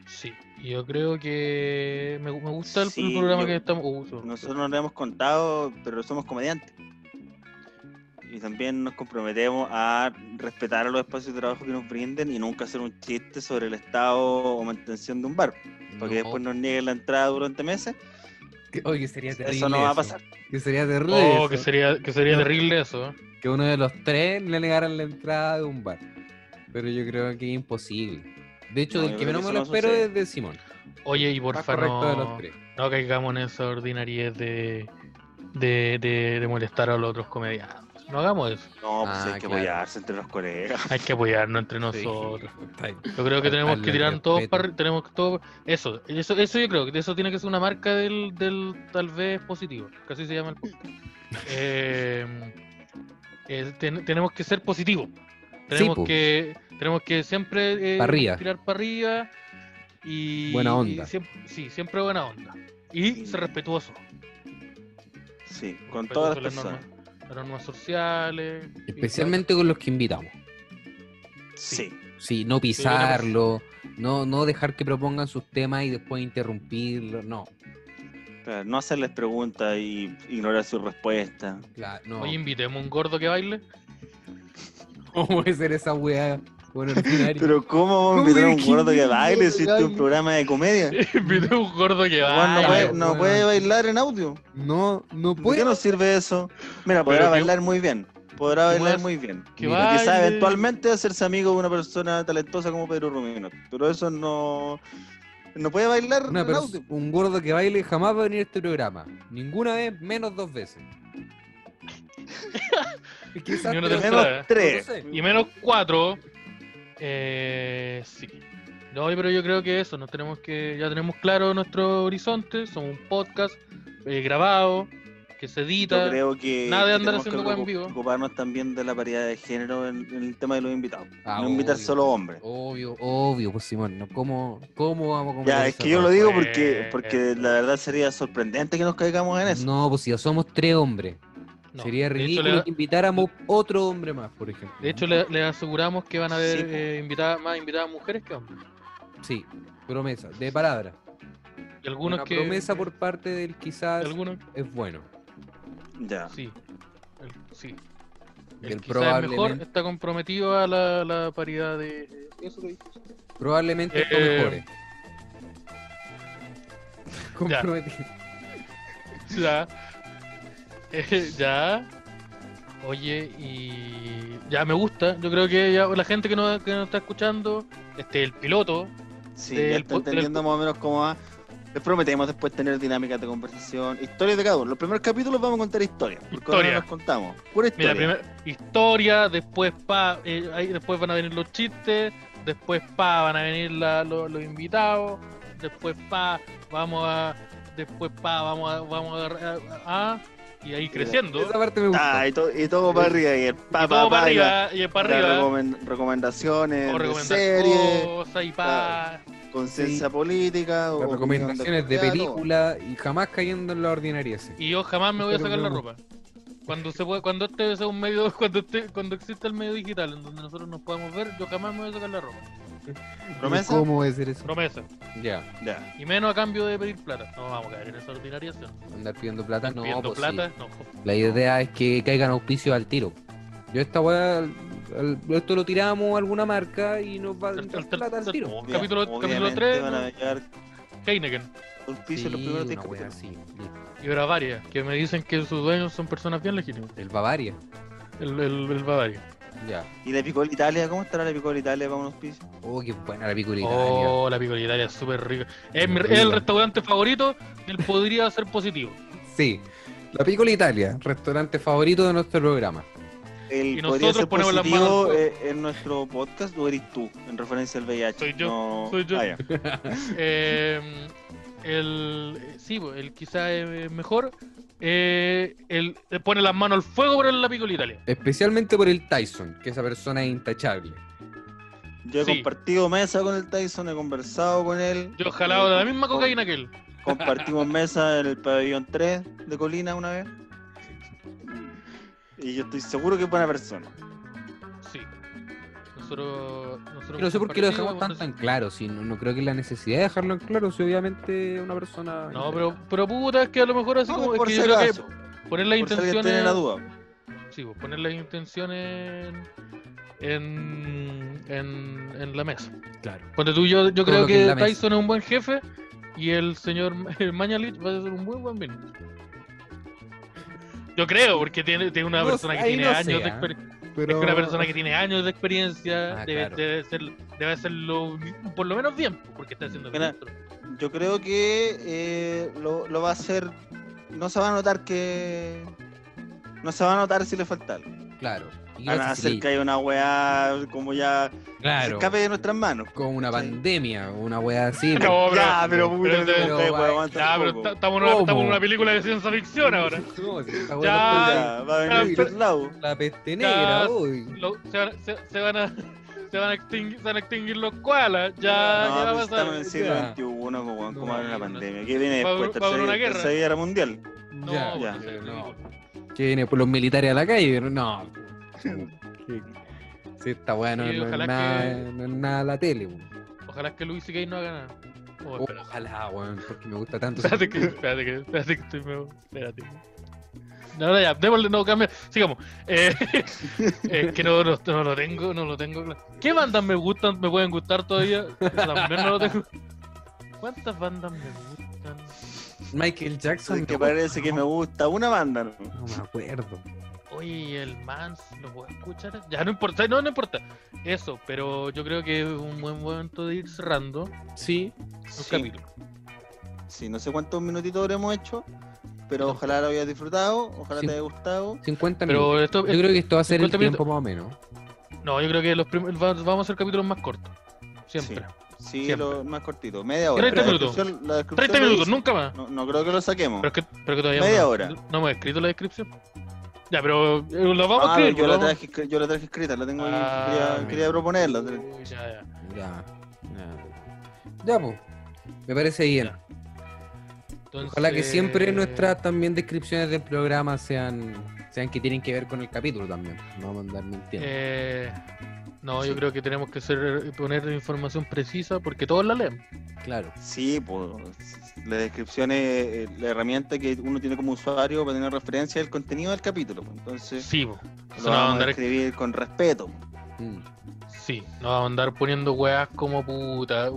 Speaker 2: Sí. Y Yo creo que. Me, me gusta el, el
Speaker 3: Sí,
Speaker 2: programa
Speaker 3: yo-
Speaker 2: que estamos. uh, so-
Speaker 3: Nosotros no lo hemos contado, pero somos comediantes. Y también nos comprometemos a respetar los espacios de trabajo que nos brinden y nunca hacer un chiste sobre el estado o mantención de un bar. Para que
Speaker 1: No.
Speaker 3: después nos nieguen la entrada durante meses.
Speaker 1: Que- Oye, que sería terrible.
Speaker 3: Eso no va a pasar.
Speaker 1: Que sería terrible.
Speaker 2: Oh, que
Speaker 1: eso,
Speaker 2: sería, que sería
Speaker 1: No.
Speaker 2: terrible eso. ¿eh?
Speaker 1: que uno de los tres le negaran la entrada de un bar. Pero yo creo que es imposible. De hecho,
Speaker 3: No,
Speaker 1: del
Speaker 3: yo
Speaker 1: que
Speaker 3: creo que
Speaker 1: menos me
Speaker 3: eso
Speaker 1: lo
Speaker 3: no
Speaker 1: espero
Speaker 3: sucede.
Speaker 1: es de Simón.
Speaker 2: Oye, y
Speaker 1: Más
Speaker 2: porfa,
Speaker 1: correcto de
Speaker 2: no.
Speaker 1: los tres.
Speaker 2: No caigamos en esa ordinariedad de, de, de, de molestar a los otros comediantes. No hagamos eso.
Speaker 3: No, pues
Speaker 1: Ah,
Speaker 3: hay que
Speaker 1: claro.
Speaker 3: apoyarse entre los colegas.
Speaker 2: Hay que apoyarnos entre nosotros. Yo creo que
Speaker 1: Faltarle
Speaker 2: tenemos que
Speaker 1: el
Speaker 2: tirar todos
Speaker 1: respeto.
Speaker 2: para arri- tenemos que todo eso, eso, eso yo creo que eso tiene que ser una marca del, del tal vez positivo, que así se llama el podcast. Eh, eh, ten- tenemos que ser positivos. Tenemos
Speaker 1: po.
Speaker 2: que tenemos que siempre eh,
Speaker 1: Pa' arriba.
Speaker 2: tirar para arriba y
Speaker 1: Buena onda.
Speaker 2: y siempre, sí, siempre buena onda. Y ser respetuoso.
Speaker 3: Sí, con
Speaker 2: respetuoso
Speaker 3: todas
Speaker 2: a
Speaker 3: las personas.
Speaker 2: normas. a normas sociales. y
Speaker 1: Especialmente con los que invitamos.
Speaker 3: Sí.
Speaker 1: Sí, no pisarlo, no, no dejar que propongan sus temas y después interrumpirlo. No,
Speaker 3: Claro, no hacerles preguntas y ignorar su respuesta.
Speaker 1: claro,
Speaker 2: todo.
Speaker 1: no.
Speaker 2: Oye, invitemos a un gordo que baile.
Speaker 1: ¿Cómo puede ser esa weá? Bueno, ordinario.
Speaker 3: Pero ¿cómo vamos a
Speaker 1: ¿Cómo
Speaker 3: invitar a un
Speaker 1: elegí
Speaker 3: gordo que
Speaker 1: un
Speaker 3: baile
Speaker 1: gordo
Speaker 3: si
Speaker 1: que
Speaker 3: este es un
Speaker 1: baile?
Speaker 3: programa de comedia?
Speaker 2: Invitemos a un gordo que
Speaker 3: Weón,
Speaker 2: baile.
Speaker 3: no, puede,
Speaker 1: weón.
Speaker 3: no puede bailar en audio.
Speaker 1: no, no
Speaker 3: ¿De
Speaker 1: puede.
Speaker 3: qué nos sirve eso? Mira, podrá
Speaker 2: Pero que-
Speaker 3: bailar muy bien. Podrá
Speaker 2: ¿Cómo
Speaker 3: bailar
Speaker 2: es?
Speaker 3: muy bien.
Speaker 2: Que
Speaker 1: Mira,
Speaker 3: Y
Speaker 2: baile.
Speaker 3: quizás eventualmente hacerse amigo de una persona talentosa como Pedro Rumino. Pero eso no. No puede bailar
Speaker 1: Una
Speaker 3: en
Speaker 1: pers-
Speaker 3: audio.
Speaker 1: un gordo que baile jamás va a venir a este programa. Ninguna vez, menos dos veces. Y Quizás
Speaker 2: Ni una
Speaker 1: tres-
Speaker 2: tercera. ¿eh? Claro.
Speaker 3: Menos tres.
Speaker 1: No lo sé.
Speaker 2: Y menos cuatro. Eh, sí. No, pero yo creo que eso, nos tenemos que, ya tenemos claro nuestro horizonte, somos un podcast eh, grabado, que se edita.
Speaker 3: Yo creo que
Speaker 2: Nada de andar
Speaker 3: tenemos
Speaker 2: haciendo
Speaker 3: que
Speaker 2: weá en
Speaker 3: ocu-
Speaker 2: vivo.
Speaker 3: ocuparnos también de la paridad de género en, en el tema de los invitados.
Speaker 1: Ah,
Speaker 3: no invitar
Speaker 1: obvio.
Speaker 3: solo hombres.
Speaker 1: Obvio, obvio, pues Simón, ¿no? ¿Cómo, ¿cómo vamos a
Speaker 3: Ya,
Speaker 1: conversar?
Speaker 3: es que yo lo digo
Speaker 2: pues.
Speaker 3: porque, porque la verdad sería sorprendente que nos caigamos en eso.
Speaker 1: No, pues si ya somos tres hombres.
Speaker 2: No,
Speaker 1: Sería
Speaker 2: de hecho,
Speaker 1: ridículo
Speaker 2: le-
Speaker 1: que invitáramos otro hombre más, por ejemplo.
Speaker 2: De hecho, le, le aseguramos que van a haber
Speaker 3: Sí, po.
Speaker 2: eh, invitadas, más invitadas mujeres que hombres.
Speaker 1: Sí, promesa, de palabra.
Speaker 2: Y algunos
Speaker 1: Una
Speaker 2: que.
Speaker 1: promesa por parte del quizás
Speaker 2: Algunos,
Speaker 1: es bueno.
Speaker 3: Ya.
Speaker 2: sí. El, sí.
Speaker 1: Del
Speaker 2: El quizás el mejor
Speaker 1: probablemente,
Speaker 2: está comprometido a la, la paridad de. eh, Eso lo dije.
Speaker 1: probablemente esto
Speaker 2: Eh,
Speaker 1: mejore. Comprometido.
Speaker 2: Ya. Eh, ya. Oye, y. Ya me gusta. Yo creo que ya la gente que nos, que nos está escuchando, este, el piloto,
Speaker 3: Sí,
Speaker 2: Del
Speaker 3: ya está
Speaker 2: po- del
Speaker 3: entendiendo más o menos cómo va. Les prometemos después tener dinámicas de conversación, historias de cada uno. Los primeros capítulos vamos a contar historias. Porque ahora
Speaker 2: Historia.
Speaker 3: no nos contamos. Pura historia.
Speaker 2: Mira, primero historia, después pa, eh, ahí después van a venir los chistes, después pa van a venir la- lo- los invitados, después pa vamos a, después pa vamos a, vamos a, a- a- y ahí creciendo,
Speaker 1: Esa parte me gusta.
Speaker 3: Ah, y, to- y todo para arriba. Y el pa,
Speaker 2: y
Speaker 3: pa,
Speaker 2: todo
Speaker 3: pa,
Speaker 2: para
Speaker 3: y la-
Speaker 2: arriba, y para
Speaker 3: las
Speaker 2: arriba,
Speaker 3: recomen- recomendaciones
Speaker 2: o
Speaker 3: de
Speaker 2: recomendar
Speaker 3: series,
Speaker 2: cosas y pa,
Speaker 3: conciencia
Speaker 1: Sí.
Speaker 3: política,
Speaker 1: Las
Speaker 3: o
Speaker 1: recomendaciones de
Speaker 3: opinión actualidad, todo.
Speaker 1: película y jamás cayendo en la ordinariese.
Speaker 2: y yo jamás me voy a
Speaker 1: Pero
Speaker 2: sacar la
Speaker 1: bueno.
Speaker 2: ropa. Cuando se puede, cuando este sea un medio, cuando este, cuando exista el medio digital en donde nosotros nos podamos ver, yo jamás me voy a sacar la ropa.
Speaker 3: ¿Promesa?
Speaker 1: ¿Cómo es ser eso?
Speaker 2: Promesa.
Speaker 1: Ya,
Speaker 3: Ya.
Speaker 2: Y menos a cambio de pedir plata. No vamos a caer en esa ordinariación.
Speaker 1: andar pidiendo plata, no,
Speaker 2: pidiendo
Speaker 1: pues sí.
Speaker 2: plata, no.
Speaker 1: La idea es que caigan auspicios al tiro. Yo esta weá, al- esto lo tiramos a alguna marca y nos va a
Speaker 2: Tal-
Speaker 1: entrar
Speaker 2: tal-
Speaker 1: plata al
Speaker 2: tal-
Speaker 1: tiro.
Speaker 2: como capítulo, capítulo
Speaker 3: obviamente
Speaker 2: 3,
Speaker 3: van a llegar
Speaker 2: Heineken.
Speaker 3: auspicios los primeros
Speaker 1: Sí,
Speaker 3: tres
Speaker 1: una weá
Speaker 3: capítulos.
Speaker 1: así, listo.
Speaker 2: Y Bavaria, que me dicen que sus dueños son personas bien legítimas.
Speaker 1: El Bavaria.
Speaker 2: El, el, el Bavaria.
Speaker 1: Ya.
Speaker 3: ¿Y la Picola Italia? ¿Cómo estará la Picola Italia para un auspicio?
Speaker 1: Oh, qué buena la picura Italia.
Speaker 2: Oh, la picola Italia es súper rica. Es, mi-
Speaker 1: Rica.
Speaker 2: es el restaurante favorito del podría ser positivo.
Speaker 1: Sí. La piccola Italia, restaurante favorito de nuestro programa.
Speaker 3: El
Speaker 2: Y
Speaker 3: podría
Speaker 2: nosotros
Speaker 3: ser
Speaker 2: ponemos las manos
Speaker 3: positivo
Speaker 2: al
Speaker 3: eh, en nuestro podcast o eres tú, en referencia al VIH.
Speaker 2: Soy yo,
Speaker 3: No-
Speaker 2: soy yo.
Speaker 3: Ah, ya.
Speaker 2: Eh, el, sí, pues, el quizá es mejor. Eh, el, le pone las manos al fuego por la picola Italia.
Speaker 1: Especialmente por el Tyson, que esa persona es intachable.
Speaker 3: Yo he
Speaker 2: Sí.
Speaker 3: compartido mesa con el Tyson, he conversado con él.
Speaker 2: Yo he jalado de la misma cocaína que él.
Speaker 3: Compartimos mesa en el pabellón 3 de Colina una vez. Y yo estoy seguro que es buena persona.
Speaker 2: Sí. Nosotros. nosotros
Speaker 1: Yo no sé por qué lo dejamos
Speaker 2: compartimos,
Speaker 1: tan tan claro, si no, no creo que la necesidad de dejarlo en claro, si obviamente una persona...
Speaker 2: No, pero, pero puta, es que a lo mejor así
Speaker 3: No,
Speaker 2: como. es
Speaker 3: por
Speaker 2: que
Speaker 3: si
Speaker 2: yo creo que
Speaker 3: acaso.
Speaker 2: poner las
Speaker 3: Por si alguien tiene
Speaker 2: intenciones.
Speaker 3: la duda.
Speaker 2: Sí, pues, poner las intenciones en, en, en la mesa.
Speaker 1: Claro.
Speaker 2: Cuando tú, yo, yo creo
Speaker 1: lo que es
Speaker 2: que,
Speaker 1: la mesa.
Speaker 2: Tyson es un buen jefe y el señor Ma- Mañalich va a ser un muy buen vino. Yo creo, porque tiene, tiene una
Speaker 1: No
Speaker 2: persona
Speaker 1: sé,
Speaker 2: que
Speaker 1: ahí
Speaker 2: tiene
Speaker 1: no
Speaker 2: años
Speaker 1: sé,
Speaker 2: de
Speaker 1: ¿ah?
Speaker 2: experiencia.
Speaker 1: Pero...
Speaker 2: una persona que tiene años de experiencia
Speaker 1: Ah,
Speaker 2: debe,
Speaker 1: claro.
Speaker 2: debe ser, debe hacerlo por lo menos bien, porque está haciendo
Speaker 3: Mira,
Speaker 2: bien.
Speaker 3: Yo creo que eh, lo, lo va a hacer. No se va a notar que. No se va a notar si le falta algo.
Speaker 1: Claro. Y
Speaker 3: Van a
Speaker 1: gracias,
Speaker 3: hacer
Speaker 1: sí,
Speaker 3: que haya una weá como ya. Se
Speaker 1: Claro.
Speaker 3: escape de nuestras manos.
Speaker 1: Con una
Speaker 3: ¿Cachai?
Speaker 1: pandemia, una weá así. pues.
Speaker 2: No, pero-
Speaker 3: ya, pero
Speaker 2: pero-
Speaker 3: puta,
Speaker 2: pero-
Speaker 3: no te-
Speaker 1: pero-
Speaker 3: weón,
Speaker 2: Ya, pero
Speaker 3: tampoco.
Speaker 2: ta- estamos en, una, estamos en
Speaker 1: ¿Cómo?
Speaker 2: una película de ciencia ficción ahora.
Speaker 1: No, si esta
Speaker 2: Ya,
Speaker 1: weá está-
Speaker 3: Ya, va a venir
Speaker 1: ya,
Speaker 3: por lado.
Speaker 1: La peste negra,
Speaker 2: Ya.
Speaker 1: uy.
Speaker 2: Lo- se, van, se- se van a se van a extinguir, se van a extinguir los koalas. Ya,
Speaker 3: No,
Speaker 2: ya va
Speaker 3: pues
Speaker 2: a
Speaker 3: estamos en
Speaker 2: pasar.
Speaker 3: el siglo
Speaker 1: Ya.
Speaker 3: XXI, weón,
Speaker 1: No,
Speaker 3: como era una
Speaker 2: no sé.
Speaker 3: pandemia. ¿Qué viene
Speaker 2: Va a
Speaker 3: después?
Speaker 2: haber- va a haber una
Speaker 3: Tercera
Speaker 2: guerra.
Speaker 3: Tercera guerra mundial.
Speaker 2: No,
Speaker 1: ya,
Speaker 2: bueno,
Speaker 3: ya,
Speaker 2: sí,
Speaker 1: pero
Speaker 2: sí,
Speaker 1: no.
Speaker 2: sí.
Speaker 1: que viene por los militares a la calle. pero No. que- Sí, está bueno,
Speaker 2: Sí,
Speaker 1: no, es
Speaker 2: ojalá
Speaker 1: nada,
Speaker 2: que-
Speaker 1: no es nada la tele. weón.
Speaker 2: Ojalá que Luis y no haga nada. Oh, espera.
Speaker 1: Ojalá, weón, porque me gusta tanto.
Speaker 2: Espérate que, espérate que, espérate que estoy medio. Espérate. No, no, ya, démosle, no, cambia. Sigamos. Eh, es que no, no, no lo tengo, no lo tengo. claro. ¿Qué bandas me gustan, me pueden gustar todavía? También no lo tengo. ¿Cuántas bandas me gustan?
Speaker 1: Michael Jackson.
Speaker 3: que
Speaker 1: no,
Speaker 3: parece que me gusta una banda. ¿no?
Speaker 1: No me acuerdo.
Speaker 2: Oye, ¿y el Mans, ¿lo puedo escuchar? Ya, no importa, no, no importa. Eso, pero yo creo que es un buen momento de ir cerrando un
Speaker 1: Sí,
Speaker 3: Sí,
Speaker 2: capítulo.
Speaker 3: sí, no sé cuántos minutitos habremos hecho, pero ojalá lo hayas disfrutado, ojalá
Speaker 1: Sí.
Speaker 3: te haya gustado.
Speaker 1: 50 minutos.
Speaker 2: Pero esto,
Speaker 1: Yo creo que esto va a ser el
Speaker 2: 50
Speaker 1: tiempo más o menos.
Speaker 2: no, yo creo que los prim- va- vamos a hacer capítulos más cortos. Siempre.
Speaker 3: Sí,
Speaker 2: Siempre.
Speaker 3: lo más cortito, media hora.
Speaker 2: 30
Speaker 3: La
Speaker 2: minutos.
Speaker 3: descripción- la descripción
Speaker 2: 30
Speaker 3: lo
Speaker 2: minutos,
Speaker 3: dice.
Speaker 2: nunca más.
Speaker 3: No, no creo que lo saquemos.
Speaker 2: Pero es que, pero que todavía
Speaker 3: Media
Speaker 2: no,
Speaker 3: hora.
Speaker 2: no hemos escrito la descripción. Ya, pero eh, la vamos a
Speaker 3: Ah,
Speaker 2: escribir.
Speaker 3: yo,
Speaker 2: la
Speaker 3: la
Speaker 2: vamos-
Speaker 3: traje, escri- yo la traje escrita, la tengo ahí,
Speaker 2: Ah,
Speaker 3: quería, quería
Speaker 1: mira.
Speaker 3: proponerla.
Speaker 2: Uy, ya, ya.
Speaker 1: Ya. Ya, ya pues. Me parece bien.
Speaker 2: Ya. Entonces- eh,
Speaker 1: Ojalá que siempre nuestras también descripciones del programa sean sean que tienen que ver con el capítulo también. No vamos a andar mintiendo.
Speaker 2: Eh, no, yo
Speaker 3: Sí.
Speaker 2: creo que tenemos que ser, eh, poner información precisa porque todos la leen.
Speaker 1: Claro.
Speaker 3: Sí, pues la descripción es eh, la herramienta que uno tiene como usuario para tener referencia del contenido del capítulo. pues. Entonces,
Speaker 2: Sí, po. Entonces no
Speaker 3: lo
Speaker 2: vamos a
Speaker 3: vamos a
Speaker 2: andar,
Speaker 3: escribir con respeto. pues.
Speaker 1: Mm.
Speaker 2: sí, no vamos a andar poniendo weas como puta.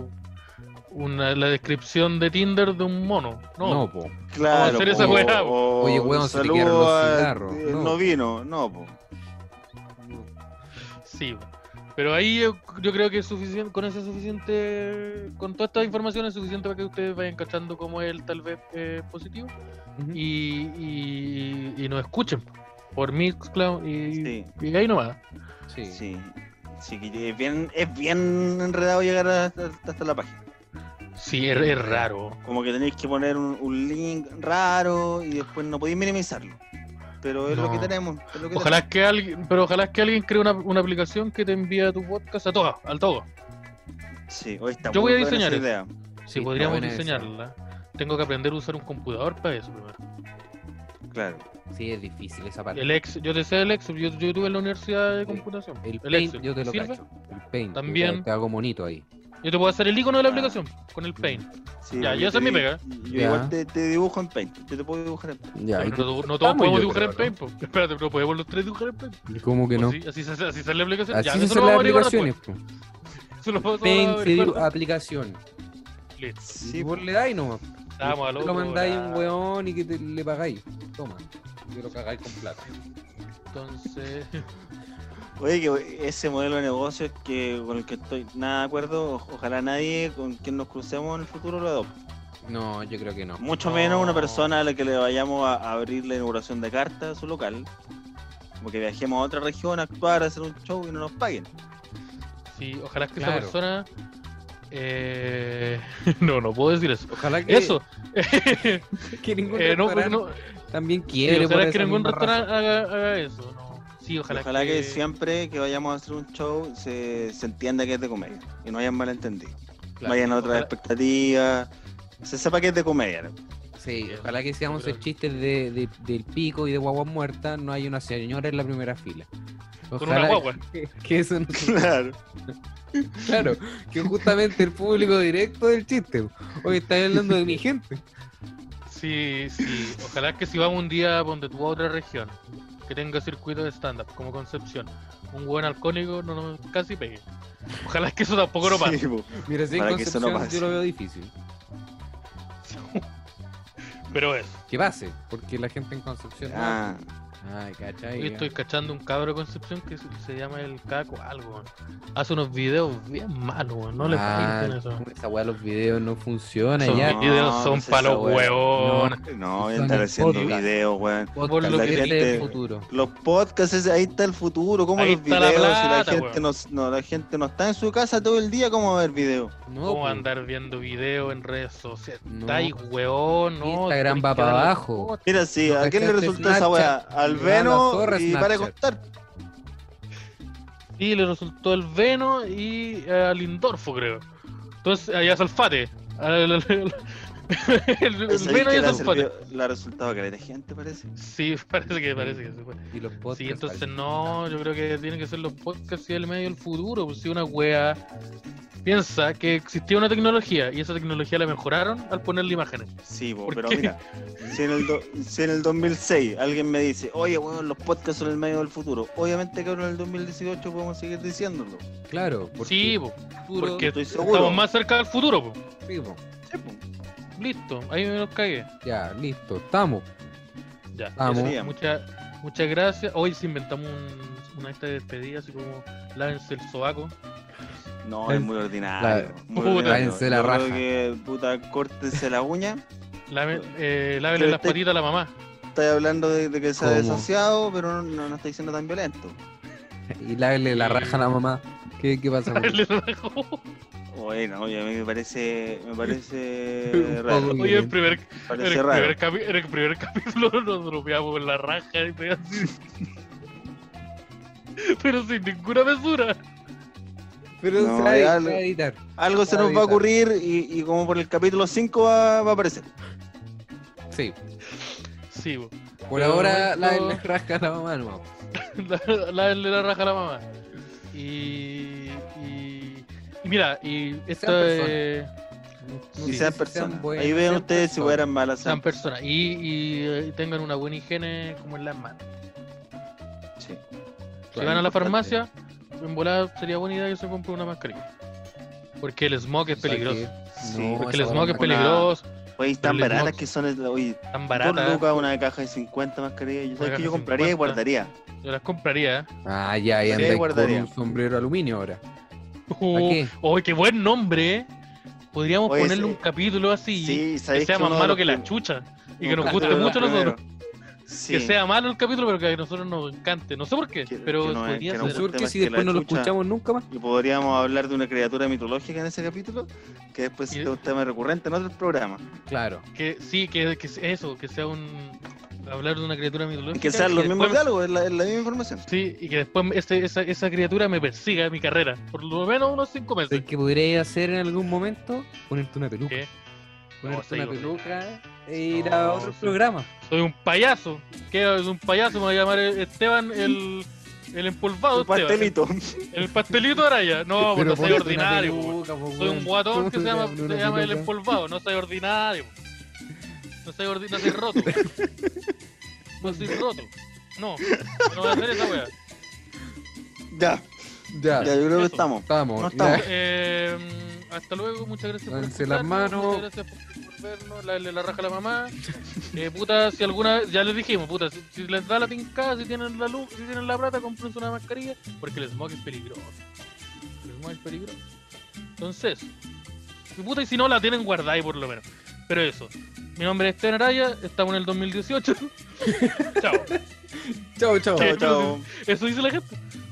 Speaker 2: Una, la descripción de Tinder de un mono. No,
Speaker 1: No, po.
Speaker 3: Claro.
Speaker 2: hacer esa pues.
Speaker 3: po,
Speaker 2: weá, po.
Speaker 3: o-
Speaker 1: Oye, weón, se te
Speaker 3: saludo
Speaker 1: quedaron los
Speaker 3: a-
Speaker 1: cigarros,
Speaker 3: eh,
Speaker 1: no.
Speaker 3: No vino, no, pues.
Speaker 2: Sí, bo. pero ahí yo, yo creo que es suficiente, con eso es suficiente, con toda esta información es suficiente para que ustedes vayan cachando cómo es el tal vez eh, positivo
Speaker 1: Ujú.
Speaker 2: y, y, y nos escuchen por Mixcloud y,
Speaker 3: Sí.
Speaker 2: y ahí nomás.
Speaker 1: Sí.
Speaker 3: Sí. Sí, que es bien, es bien enredado llegar hasta, hasta la página.
Speaker 2: Sí, es, es raro.
Speaker 3: Como que tenéis que poner un, un link raro y después no podéis minimizarlo. Pero es lo que
Speaker 2: No.
Speaker 3: tenemos. es lo que
Speaker 2: Ojalá que alguien, pero ojalá que alguien cree una, una aplicación que te envíe tu podcast a todas, al todo.
Speaker 3: tenemos. Sí, hoy está
Speaker 2: Yo
Speaker 3: muy
Speaker 2: voy a
Speaker 3: buena
Speaker 2: diseñar
Speaker 3: esa
Speaker 2: eso.
Speaker 3: idea.
Speaker 2: Sí,
Speaker 1: está
Speaker 2: podríamos
Speaker 1: buena esa.
Speaker 2: diseñarla. Tengo que aprender a usar un computador para eso primero.
Speaker 3: Claro.
Speaker 1: Sí, es difícil esa parte.
Speaker 2: El e- ex, yo te sé el Excel, yo, yo tuve en la universidad de
Speaker 1: Sí.
Speaker 2: computación.
Speaker 1: El
Speaker 2: El
Speaker 1: paint,
Speaker 2: Excel,
Speaker 1: yo te lo
Speaker 2: ¿sirve?
Speaker 1: cacho. El paint. yo
Speaker 2: También.
Speaker 1: Te, te hago monito ahí.
Speaker 2: Yo te puedo hacer el icono de la
Speaker 3: Ah.
Speaker 2: aplicación con el Paint.
Speaker 3: Sí,
Speaker 2: Ya,
Speaker 3: yo
Speaker 2: yo esa
Speaker 3: te
Speaker 2: es mi
Speaker 3: di-
Speaker 2: pega.
Speaker 3: Yo
Speaker 1: Ya.
Speaker 3: igual te, te dibujo en Paint. Yo te puedo dibujar en Paint.
Speaker 1: Ya,
Speaker 2: Pero
Speaker 1: y
Speaker 2: no,
Speaker 1: tú- Ah,
Speaker 2: todos- no todos
Speaker 1: estamos,
Speaker 2: podemos
Speaker 1: yo
Speaker 2: dibujar en
Speaker 1: creo,
Speaker 2: Paint. po. Espérate, pero podemos los tres dibujar en Paint.
Speaker 1: ¿Cómo que
Speaker 2: Pues
Speaker 1: no?
Speaker 2: sí, así, se- así sale la aplicación.
Speaker 1: Así
Speaker 2: ya,
Speaker 1: se
Speaker 2: eso
Speaker 1: hacen
Speaker 2: lo
Speaker 1: las
Speaker 2: vamos a averiguar
Speaker 1: aplicaciones. po.
Speaker 2: después. Eso lo vamos a
Speaker 1: Paint, se
Speaker 2: averiguar
Speaker 1: dibu- aplicación.
Speaker 2: después. Listo.
Speaker 1: y
Speaker 3: Sí,
Speaker 1: vos le dais nomás.
Speaker 2: Vamos al
Speaker 1: Te
Speaker 2: otro,
Speaker 1: lo mandáis a un
Speaker 2: la-
Speaker 1: weón y que te- le pagáis. Toma. Y lo cagáis con plata.
Speaker 2: Entonces,
Speaker 3: Oye, que ese modelo de negocio es que con el que estoy nada de acuerdo, o- ojalá nadie con quien nos crucemos en el futuro lo adopte.
Speaker 1: No, yo creo que no.
Speaker 3: Mucho
Speaker 2: No.
Speaker 3: menos una persona a la que le vayamos a a abrir la inauguración de carta a su local. Como que viajemos a otra región a actuar, a hacer un show y no nos paguen.
Speaker 2: sí, ojalá que
Speaker 1: Claro.
Speaker 2: esa persona. eh, no, no puedo decir eso.
Speaker 1: Ojalá que,
Speaker 2: Eso. Eh,
Speaker 1: que ningún
Speaker 2: no, pues,
Speaker 1: restaurante
Speaker 2: no,
Speaker 1: también
Speaker 2: sí,
Speaker 1: quiebre por
Speaker 2: ojalá
Speaker 1: esa
Speaker 2: que ningún
Speaker 1: misma razón.
Speaker 2: restaurante haga, haga eso. No. Sí, ojalá,
Speaker 3: Ojalá, que... siempre que vayamos a hacer un show se, se entienda que es de comedia y no hayan malentendido.
Speaker 1: Claro.
Speaker 3: no hayan otras
Speaker 2: Ojalá-
Speaker 3: expectativas. Se sepa que es de comedia. ¿no?
Speaker 1: Sí, ojalá que seamos
Speaker 2: creo
Speaker 1: esos
Speaker 2: que-
Speaker 1: chistes de, de- del pico y de guagua muerta, no hay una señora en la primera fila.
Speaker 2: Con una guagua.
Speaker 1: Que, que eso no-
Speaker 3: Claro.
Speaker 1: claro, que justamente el público directo del chiste. Hoy estáis hablando de mi gente.
Speaker 2: Sí, sí. Ojalá que si vamos un día donde tú a otra región, que tenga circuito de stand-up, como Concepción, un buen alcohólico no nos casi pegue. Ojalá que eso tampoco no pase.
Speaker 3: Sí, po.
Speaker 1: Mira, si en
Speaker 3: Para que eso no
Speaker 1: Concepción
Speaker 3: pase.
Speaker 1: yo lo veo difícil.
Speaker 2: Pero es.
Speaker 1: Que pase, porque la gente en Concepción. no-
Speaker 3: Ah,
Speaker 1: Ay, cachai.
Speaker 2: Yo estoy cachando un cabro de Concepción que se- se llama el Caco algo. weón. Hace unos videos bien malos, weón. no le
Speaker 1: Ah,
Speaker 2: paguen eso.
Speaker 1: Esa weá de los videos no funciona
Speaker 2: Esos
Speaker 1: ya.
Speaker 3: No,
Speaker 2: videos son
Speaker 3: no sé
Speaker 2: para
Speaker 3: esa
Speaker 2: los
Speaker 3: weá.
Speaker 2: huevones.
Speaker 3: no,
Speaker 1: Son
Speaker 3: estar
Speaker 1: el
Speaker 3: haciendo
Speaker 1: podcast.
Speaker 3: videos, weón.
Speaker 2: Por
Speaker 1: Podcast,
Speaker 2: lo
Speaker 1: la
Speaker 2: que
Speaker 1: gente del
Speaker 3: gente-
Speaker 1: futuro.
Speaker 3: Los podcasts, es- ahí está el futuro, como
Speaker 2: Ahí
Speaker 3: los
Speaker 2: está
Speaker 3: videos.
Speaker 2: la
Speaker 3: si la
Speaker 2: plata,
Speaker 3: gente
Speaker 2: weón.
Speaker 3: no, no, la gente no está en su casa todo el día, ¿cómo va a ver videos?
Speaker 1: No,
Speaker 2: ¿Cómo
Speaker 1: pues,
Speaker 2: andar viendo videos en redes sociales?
Speaker 1: No. pues.
Speaker 2: Está ahí, weón, no.
Speaker 1: Instagram
Speaker 2: tenés
Speaker 1: va
Speaker 2: que
Speaker 1: para
Speaker 2: darle-
Speaker 1: abajo.
Speaker 3: Mira, sí,
Speaker 1: No,
Speaker 3: ¿a quién le
Speaker 1: cachaste
Speaker 3: resultó esa weá?
Speaker 1: Snapchat.
Speaker 3: Al
Speaker 1: Le da la
Speaker 3: Veno
Speaker 1: zorra
Speaker 3: y para de
Speaker 1: Snapchat.
Speaker 3: contar.
Speaker 2: Sí, le resultó el Veno y eh, al Lindorfo, creo. Entonces, allá Salfate. Al, al- al- El- el
Speaker 3: Es ahí
Speaker 2: menos
Speaker 3: que
Speaker 2: de
Speaker 3: la,
Speaker 2: esos patas.
Speaker 3: sirvió- la ha resultado caleta de gente, parece.
Speaker 2: Sí, parece que parece que se fue.
Speaker 1: Y los podcasts.
Speaker 2: Sí, entonces
Speaker 1: parece.
Speaker 2: no, yo creo que tienen que ser los podcasts y el medio del futuro. Pues si una wea piensa que existía una tecnología y esa tecnología la mejoraron al ponerle imágenes.
Speaker 3: Sí, po,
Speaker 2: ¿Por
Speaker 3: pero
Speaker 2: qué?
Speaker 3: mira, si en, el do- si en el 2006 alguien me dice, oye, weón, los podcasts son el medio del futuro, obviamente que ahora en el 2018 podemos seguir diciéndolo.
Speaker 1: Claro, porque
Speaker 2: Sí, po,
Speaker 1: puro-
Speaker 2: porque
Speaker 3: Estoy seguro.
Speaker 2: estamos más cerca del futuro. po.
Speaker 1: Sí, po.
Speaker 3: Sí, po.
Speaker 2: Listo, ahí me los cagué.
Speaker 1: Ya, listo, estamos.
Speaker 2: Ya,
Speaker 1: Estamos.
Speaker 2: eso,
Speaker 3: Bien.
Speaker 2: muchas muchas gracias. Hoy sí inventamos un- una esta de despedida, así como lávense el sobaco.
Speaker 3: No, es muy ordinario.
Speaker 1: La-
Speaker 3: muy
Speaker 2: Puta.
Speaker 3: ordinario.
Speaker 1: Lávense la
Speaker 3: Yo creo
Speaker 1: raja.
Speaker 3: que, puta, córtense la uña.
Speaker 2: Lave, eh, lávenle
Speaker 3: Pero
Speaker 2: las
Speaker 3: este-
Speaker 2: patitas a la mamá.
Speaker 3: Estoy hablando de, de que se ha
Speaker 1: ¿Cómo?
Speaker 3: desociado, pero no, no, no estoy siendo tan violento.
Speaker 1: Y lávele la
Speaker 2: Sí.
Speaker 1: raja a la mamá. ¿Qué, qué pasa?
Speaker 2: Lávenle la raja.
Speaker 3: Bueno, oye, a mí me parece, me parece
Speaker 1: Un
Speaker 3: raro.
Speaker 1: poco-
Speaker 2: Oye, el primer, en
Speaker 3: Parece
Speaker 2: el,
Speaker 3: raro.
Speaker 2: primer capi- en el primer capítulo nos dropeamos en la raja y fue así. Pero sin ninguna mesura.
Speaker 1: Pero
Speaker 3: No,
Speaker 1: se va a-
Speaker 3: ya
Speaker 1: se va
Speaker 3: lo-
Speaker 1: a editar.
Speaker 3: Algo se nos va a ocurrir y, y como por el capítulo 5 va, va a aparecer.
Speaker 1: Sí.
Speaker 2: Sí, bo.
Speaker 1: Por
Speaker 2: Pero
Speaker 1: ahora
Speaker 2: esto-
Speaker 1: lávele la raja a la mamá, no.
Speaker 2: La- lávenle la raja a la mamá. Y. y, y mira, y eh, esto
Speaker 1: personas.
Speaker 2: es.
Speaker 3: Si
Speaker 1: Sí,
Speaker 3: sean
Speaker 1: sí,
Speaker 3: personas.
Speaker 1: buenas,
Speaker 3: Ahí vean
Speaker 1: sean
Speaker 3: ustedes si
Speaker 1: personas.
Speaker 3: fueran malas.
Speaker 2: Sean personas. Y, y, eh, tengan una buena higiene como en las manos.
Speaker 3: Sí.
Speaker 2: Si van a la farmacia, en volada sería buena idea que se compre una mascarilla. Porque el smog es
Speaker 1: O sea que-
Speaker 2: peligroso.
Speaker 3: Sí,
Speaker 1: no,
Speaker 2: Porque
Speaker 1: esa
Speaker 2: el smog es
Speaker 1: hueá-
Speaker 3: buena.
Speaker 2: peligroso,
Speaker 3: Oye, tan
Speaker 2: Pero les
Speaker 3: baratas
Speaker 2: no-
Speaker 3: que son. el- Oye,
Speaker 2: tan
Speaker 3: dos
Speaker 2: barata.
Speaker 3: lucas, una caja de 50 mascarillas. Yo,
Speaker 2: Una
Speaker 3: sabes
Speaker 2: caja
Speaker 3: que
Speaker 2: de
Speaker 3: yo compraría
Speaker 2: 50.
Speaker 3: y guardaría.
Speaker 2: Yo las compraría.
Speaker 1: Ah, ya, y
Speaker 3: Sí,
Speaker 1: andáis con
Speaker 3: guardaría.
Speaker 1: un sombrero aluminio ahora.
Speaker 2: Uh,
Speaker 1: ¿Para qué?
Speaker 2: ¡Oye, qué buen nombre! eh. Podríamos
Speaker 3: Oye,
Speaker 2: ponerle
Speaker 3: sí.
Speaker 2: un capítulo así, que
Speaker 3: sabéis
Speaker 2: sea
Speaker 3: que
Speaker 2: más
Speaker 3: uno de
Speaker 2: malo
Speaker 3: los
Speaker 2: que la
Speaker 3: prim-
Speaker 2: chucha. Y que
Speaker 3: uno
Speaker 2: nos
Speaker 3: de
Speaker 2: guste
Speaker 3: los
Speaker 2: mucho a nosotros.
Speaker 3: primeros. Sí.
Speaker 2: Que sea malo el capítulo, pero que a nosotros nos encante. No sé por qué,
Speaker 3: Que-
Speaker 2: pero
Speaker 3: que no es-
Speaker 2: podría
Speaker 3: que no
Speaker 2: ser.
Speaker 3: gusta.
Speaker 1: Sur que
Speaker 3: tema
Speaker 1: si
Speaker 3: es que la
Speaker 1: después no lo
Speaker 3: chucha-
Speaker 1: escuchamos nunca más.
Speaker 3: Y podríamos hablar de una criatura mitológica en ese capítulo, que después
Speaker 2: Y-
Speaker 3: es un tema recurrente en otros programas.
Speaker 1: Claro.
Speaker 2: Que, sí, que, que sea eso, que sea un. Hablar de una criatura mitológica.
Speaker 3: Que sean los mismos
Speaker 2: después-
Speaker 3: diálogos, es la, es la misma información.
Speaker 2: Sí, y que después ese- esa, esa criatura me persiga en mi carrera. Por lo menos unos cinco meses.
Speaker 1: Lo que podrías hacer en algún momento, ponerte una peluca.
Speaker 2: ¿Qué?
Speaker 1: Ponerte
Speaker 2: No,
Speaker 1: una
Speaker 2: sí,
Speaker 1: peluca e ir
Speaker 2: No,
Speaker 1: a otro
Speaker 2: sí.
Speaker 1: programa.
Speaker 2: Soy un payaso. ¿Qué? Es un payaso. Me voy a llamar Esteban el. El empolvado
Speaker 3: Un
Speaker 2: Esteban.
Speaker 3: pastelito.
Speaker 2: El pastelito de Araya. No, pues no soy
Speaker 1: ponte una
Speaker 2: ordinario. po.
Speaker 1: peluca, po,
Speaker 2: Soy un
Speaker 1: weón.
Speaker 2: guatón que se llama,
Speaker 1: Ponte
Speaker 2: se
Speaker 1: una
Speaker 2: llama el
Speaker 1: peluca.
Speaker 2: empolvado, no soy ordinario. pues. No soy ordinario, no soy roto. No soy roto. No, no voy a hacer esa wea.
Speaker 3: Ya,
Speaker 1: Ya,
Speaker 3: ya, yo creo que
Speaker 2: Eso.
Speaker 3: estamos.
Speaker 1: estamos.
Speaker 3: No
Speaker 1: ya.
Speaker 3: estamos.
Speaker 2: Eh, hasta luego, muchas gracias por
Speaker 1: Lávense las
Speaker 2: escucharnos,
Speaker 1: manos.
Speaker 2: Muchas gracias por, por vernos, la, la raja a la mamá. Eh, puta, si alguna, ya les dijimos, puta, si, si les da la pincada, si tienen la luz, si tienen la plata, comprense una mascarilla, porque el smog es peligroso. El smog es peligroso. Entonces, y puta, y si no la tienen guardada ahí por lo menos. Pero eso. Mi nombre es Esteban Araya, estamos en el 2018. Chao.
Speaker 1: Chao, chao.
Speaker 3: Chao, chao.
Speaker 2: Eso dice la gente.